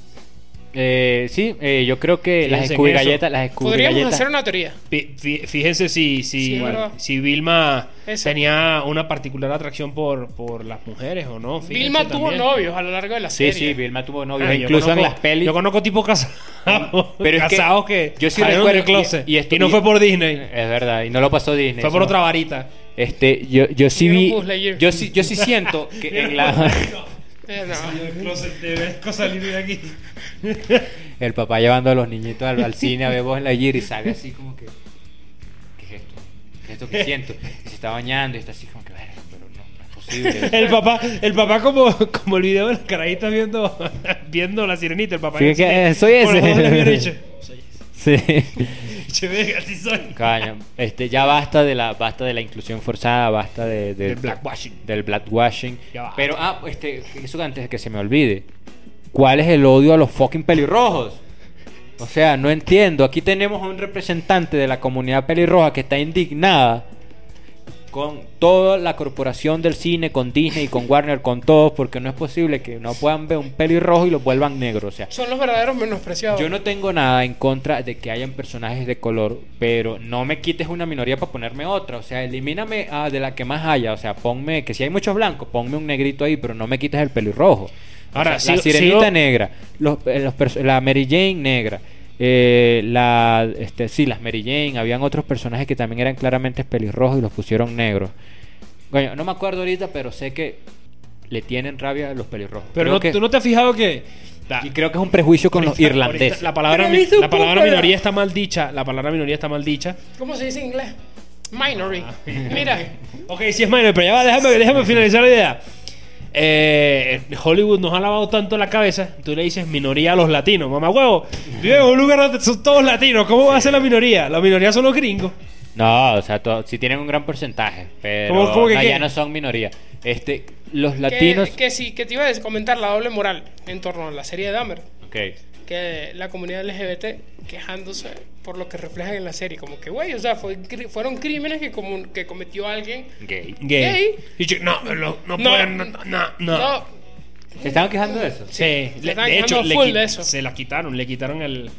Speaker 2: Eh, sí, eh, yo creo que las
Speaker 1: Fíjense en
Speaker 2: Scooby
Speaker 1: eso.
Speaker 2: galletas, las Scooby
Speaker 3: Podríamos
Speaker 2: galletas.
Speaker 3: hacer una teoría.
Speaker 1: Fí- fí- Fíjense si, si,
Speaker 3: Sí, es verdad.
Speaker 1: si Vilma
Speaker 3: Eso.
Speaker 1: tenía una particular atracción por, por las mujeres o no. Fíjense
Speaker 3: Vilma tuvo
Speaker 1: también.
Speaker 3: novios a lo largo de la serie.
Speaker 2: Sí, sí, Vilma tuvo novios.
Speaker 1: Ah, yo
Speaker 2: incluso en
Speaker 1: conozco-
Speaker 2: las pelis.
Speaker 1: Yo conozco tipos casados.
Speaker 2: Pero es que
Speaker 1: casados que,
Speaker 2: yo sí
Speaker 1: salieron
Speaker 2: recuerdo-
Speaker 1: del closet.
Speaker 2: y-
Speaker 1: Y,
Speaker 2: y esto-
Speaker 1: no
Speaker 2: y-
Speaker 1: fue por Disney.
Speaker 2: Es verdad, y no lo pasó Disney.
Speaker 1: Fue por
Speaker 2: ¿no?
Speaker 1: otra varita.
Speaker 2: Este, yo, yo sí
Speaker 3: Vieron
Speaker 2: vi.
Speaker 3: Buzz Lightyear.
Speaker 2: Yo sí, yo sí siento que en la.
Speaker 3: Eh, no.
Speaker 1: salir de aquí.
Speaker 2: El papá llevando a los niñitos al, al cine a ver Buzz Lightyear y sale así como que. ¿Qué es esto? ¿Qué es esto que siento? Y se está bañando y está así como que, "Verga, pero no, no es posible.
Speaker 1: El papá, el papá como, como el video de las carajitas viendo, viendo la sirenita, el papá.
Speaker 2: Sí, que, eh, soy
Speaker 1: Por los
Speaker 2: ese.
Speaker 1: ojos le hubiera dicho,
Speaker 2: Sí.
Speaker 1: "Che, verga, así soy.
Speaker 2: Caño, este, ya basta de la, basta de la inclusión forzada, basta de, de-
Speaker 1: Del blackwashing.
Speaker 2: del blackwashing.
Speaker 1: Ya basta.
Speaker 2: Pero, ah, este, eso antes de que se me olvide. ¿Cuál es el odio a los fucking pelirrojos? O sea, no entiendo. Aquí tenemos a un representante de la comunidad pelirroja que está indignada con toda la corporación del cine, con Disney, con Warner, con todos, porque no es posible que no puedan ver un pelirrojo y lo vuelvan negro. O sea,
Speaker 3: Son los verdaderos menospreciados.
Speaker 2: yo no tengo nada en contra de que hayan personajes de color, pero no me quites una minoría para ponerme otra. O sea, elimíname ah, de la que más haya. O sea, ponme, que si hay muchos blancos, ponme un negrito ahí, pero no me quites el pelirrojo. O
Speaker 1: Ahora,
Speaker 2: sea, la
Speaker 1: sigo-
Speaker 2: sirenita
Speaker 1: sigo-
Speaker 2: negra, los, eh, los perso- la Mary Jane negra. eh, la este sí las Mary Jane habían otros personajes que también eran claramente pelirrojos y los pusieron negros Coño, no me acuerdo ahorita pero sé que le tienen rabia a los pelirrojos
Speaker 1: Pero
Speaker 2: Creo
Speaker 1: no-
Speaker 2: que-
Speaker 1: tú no te has fijado que. la-
Speaker 2: y creo que es un prejuicio con los
Speaker 1: ahorita-
Speaker 2: irlandeses
Speaker 1: ahorita La palabra,
Speaker 3: Pero
Speaker 1: mi-
Speaker 3: hizo
Speaker 1: la palabra
Speaker 3: púpera.
Speaker 1: minoría está mal dicha. La palabra minoría está mal dicha.
Speaker 3: ¿Cómo se dice en inglés? Minory.
Speaker 2: Ah.
Speaker 3: Mira,
Speaker 1: Ok, sí es minor, pero ya va, déjame, déjame finalizar la idea. Eh, Hollywood nos ha lavado tanto la cabeza. Tú le dices minoría a los latinos, mamá huevo. Vive en un lugar donde son todos latinos. ¿Cómo va a ser la minoría? La minoría son los gringos.
Speaker 2: No, o sea, to- sí tienen un gran porcentaje, pero
Speaker 1: ¿Cómo- cómo que
Speaker 2: no,
Speaker 1: qué?
Speaker 2: ya no son minoría. Este, los
Speaker 3: que-
Speaker 2: latinos.
Speaker 3: Que, sí, que te iba a comentar la doble moral en torno a la serie de Dahmer.
Speaker 2: Ok.
Speaker 3: Que la comunidad LGBT quejándose por lo que reflejan en la serie. Como que, güey, o sea, fue cri- fueron crímenes que, comu- que cometió alguien.
Speaker 2: Gay.
Speaker 1: Gay.
Speaker 3: Gay.
Speaker 1: Y yo, no, no, no,
Speaker 3: No.
Speaker 1: pueden, no, no, no.
Speaker 2: ¿Se estaban quejando de eso?
Speaker 1: Sí,
Speaker 3: se
Speaker 1: le-
Speaker 3: están
Speaker 1: de hecho,
Speaker 3: quejando
Speaker 1: le
Speaker 3: full
Speaker 1: qui-
Speaker 3: de eso.
Speaker 1: se la quitaron, le quitaron el,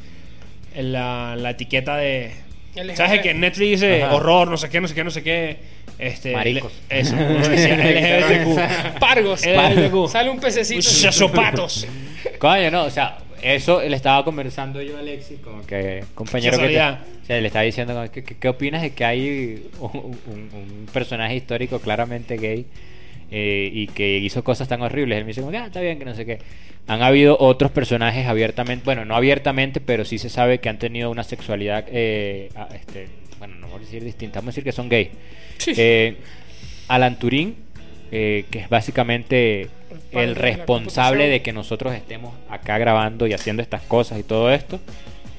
Speaker 1: el- la, la etiqueta de...
Speaker 3: LGBT.
Speaker 1: ¿Sabes que en Netflix dice
Speaker 2: Ajá.
Speaker 1: horror, no sé qué, no sé qué, no sé qué? Este,
Speaker 2: Maricos.
Speaker 1: le- eso, decía LGBTQ.
Speaker 3: Pargos.
Speaker 1: LGBTQ.
Speaker 3: Sale un pececito.
Speaker 1: Chazopatos.
Speaker 2: Coño, no, o sea, eso le estaba conversando yo a Alexis, como que compañero que te-
Speaker 1: Casualidad.
Speaker 2: o sea, le estaba diciendo, como, ¿qué, qué- qué opinas de que hay un, un- un personaje histórico claramente gay eh, y que hizo cosas tan horribles? Él me dice, como, que, ah, está bien, que no sé qué. Han habido otros personajes abiertamente, bueno, no abiertamente, pero sí se sabe que han tenido una sexualidad, eh, a- este, bueno, no vamos a decir distinta, vamos a decir que son gay.
Speaker 3: Sí.
Speaker 2: Eh, Alan Turing, eh, que es básicamente
Speaker 3: El padre
Speaker 2: el
Speaker 3: de la
Speaker 2: responsable
Speaker 3: computación.
Speaker 2: de que nosotros estemos acá grabando y haciendo estas cosas y todo esto,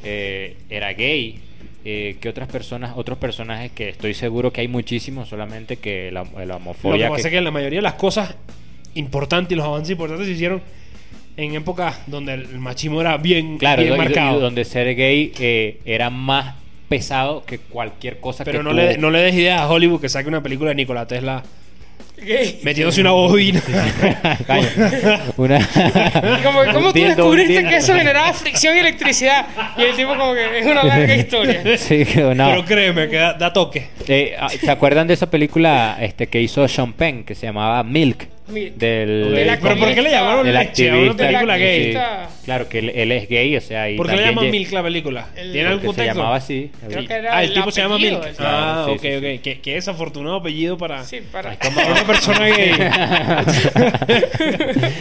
Speaker 2: eh, era gay. Eh, que otras personas, otros personajes que estoy seguro que hay muchísimos, solamente que la, la
Speaker 1: Lo que
Speaker 2: homofobia.
Speaker 1: pasa
Speaker 2: que-
Speaker 1: es que la mayoría de las cosas importantes y los avances importantes se hicieron en épocas donde el machismo era bien,
Speaker 2: claro,
Speaker 1: bien
Speaker 2: y- y-
Speaker 1: marcado.
Speaker 2: y donde ser gay eh, era más pesado que cualquier cosa
Speaker 1: pero
Speaker 2: que
Speaker 1: no
Speaker 2: tú-
Speaker 1: le, no le des ideas a Hollywood que saque una película de Nikola Tesla
Speaker 3: Gay.
Speaker 1: metiéndose una bobina.
Speaker 2: Caño, una-
Speaker 3: Y como que, ¿Cómo tú
Speaker 2: un dildo, un
Speaker 3: descubriste
Speaker 2: dildo.
Speaker 3: que eso generaba fricción y electricidad? Y el tipo como que es una larga historia.
Speaker 2: Sí, que no.
Speaker 1: Pero créeme que da, da toque.
Speaker 2: Eh, ah, ¿Se acuerdan de esa película este, que hizo Sean Penn que se llamaba Milk?
Speaker 3: Mira,
Speaker 2: Del,
Speaker 3: de la
Speaker 1: Pero ¿por qué le llamaron
Speaker 2: del
Speaker 1: leche a una
Speaker 2: activista.
Speaker 1: película
Speaker 2: sí,
Speaker 1: gay?
Speaker 2: sí. Claro, que él, él es gay, o sea. Y
Speaker 1: ¿Por qué le
Speaker 2: también
Speaker 1: llaman
Speaker 2: ye-
Speaker 1: Milk la película?
Speaker 3: El-
Speaker 1: ¿Tiene algún
Speaker 2: Porque se
Speaker 1: contexto?
Speaker 2: llamaba así.
Speaker 3: Creo que era
Speaker 1: Ah, el
Speaker 3: el
Speaker 1: tipo se llama
Speaker 3: apellido,
Speaker 1: Milk.
Speaker 3: el-
Speaker 1: Ah,
Speaker 2: Claro,
Speaker 1: ok,
Speaker 2: sí, sí,
Speaker 1: ok. Qué, qué desafortunado apellido para,
Speaker 3: Sí, para.
Speaker 2: Ay, cómo-
Speaker 1: para una persona gay.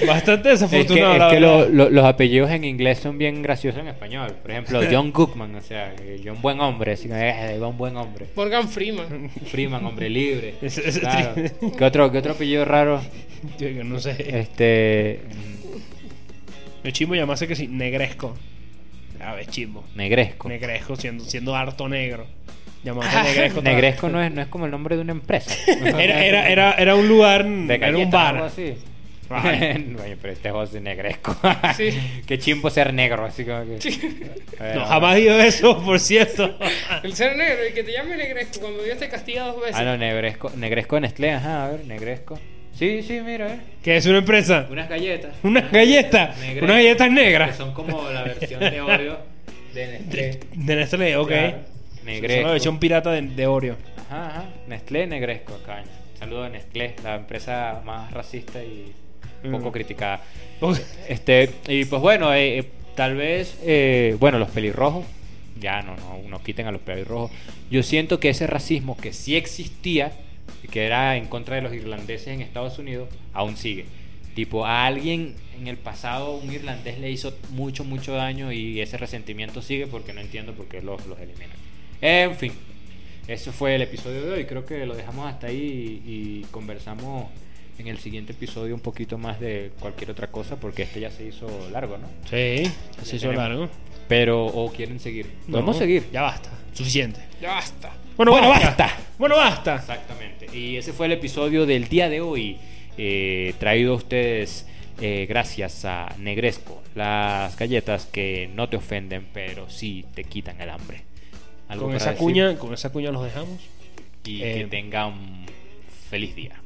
Speaker 1: Bastante
Speaker 2: Es que,
Speaker 1: desafortunado,
Speaker 2: es
Speaker 1: la
Speaker 2: que lo-
Speaker 1: verdad.
Speaker 2: lo- los apellidos en inglés son bien graciosos en español. Por ejemplo, John Cookman, o sea, eh, John Buen Hombre, así que, eh, John Buen Hombre.
Speaker 3: Morgan Freeman.
Speaker 2: Freeman, Hombre Libre.
Speaker 1: Es- es-
Speaker 2: Claro. ¿Qué, otro, ¿Qué otro apellido raro?
Speaker 1: Yo- yo no sé.
Speaker 2: Este.
Speaker 1: El chismo llamase que sí, negresco. A ver, chismo.
Speaker 2: mm, Negresco.
Speaker 1: Negresco, siendo, siendo harto negro. Llamarse
Speaker 3: Ah,
Speaker 1: negresco. tal.
Speaker 2: Negresco no es, no es como el nombre de una empresa.
Speaker 1: Era, era, era, era un lugar,
Speaker 2: De
Speaker 1: Mm, era un
Speaker 2: galletas,
Speaker 1: bar.
Speaker 2: algo así.
Speaker 1: Ajá.
Speaker 2: Oye, pero este es José Negresco.
Speaker 3: Sí.
Speaker 2: Qué chimbo ser negro, así como que. Bueno,
Speaker 1: No, jamás digo eso, por cierto.
Speaker 3: El ser negro, el que te llame negresco cuando Dios te castiga dos veces.
Speaker 2: Ah, no, Negresco, Negresco Nestlé, ajá, a ver, Negresco. Sí, sí, mira, eh.
Speaker 1: que es una empresa.
Speaker 2: Unas galletas.
Speaker 1: Unas galletas.
Speaker 2: Negresco.
Speaker 1: Unas galletas
Speaker 2: Que
Speaker 1: negras.
Speaker 2: son como la versión de Oreo de Nestlé.
Speaker 1: De Nestlé, ok.
Speaker 2: Claro.
Speaker 1: Es una versión
Speaker 2: Negresco.
Speaker 1: pirata de, de Oreo.
Speaker 2: Ajá, ajá. Nestlé Negresco, caña. Saludos a Nestlé, la empresa más racista y poco
Speaker 1: Mm.
Speaker 2: criticada.
Speaker 1: Ok.
Speaker 2: Este, y pues bueno, eh, eh, tal vez, eh, bueno, los pelirrojos, ya no, no, no quiten a los pelirrojos. Yo siento que ese racismo que sí existía, y que era en contra de los irlandeses en Estados Unidos, aún sigue. Tipo, a alguien en el pasado, un irlandés le hizo mucho, mucho daño y ese resentimiento sigue porque no entiendo por qué los, los eliminan. En fin, ese fue el episodio de hoy. Creo que lo dejamos hasta ahí y, y conversamos en el siguiente episodio un poquito más de cualquier otra cosa porque este ya se hizo largo, ¿no?
Speaker 1: Sí, se hizo
Speaker 2: tenemos.
Speaker 1: largo.
Speaker 2: Pero, ¿o quieren seguir? Podemos
Speaker 1: No,
Speaker 2: seguir.
Speaker 1: Ya basta. Suficiente.
Speaker 3: Ya basta.
Speaker 1: Bueno,
Speaker 2: Bueno,
Speaker 1: basta.
Speaker 2: basta.
Speaker 1: Bueno, basta.
Speaker 2: Exactamente. Y ese fue el episodio del día de hoy, eh, traído a ustedes eh, gracias a Negresco, las galletas que no te ofenden, pero sí te quitan el hambre. ¿Algo
Speaker 1: Con
Speaker 2: para
Speaker 1: esa,
Speaker 2: decir?
Speaker 1: cuña, con esa cuña los dejamos.
Speaker 2: Y
Speaker 1: eh,
Speaker 2: que tengan un feliz día.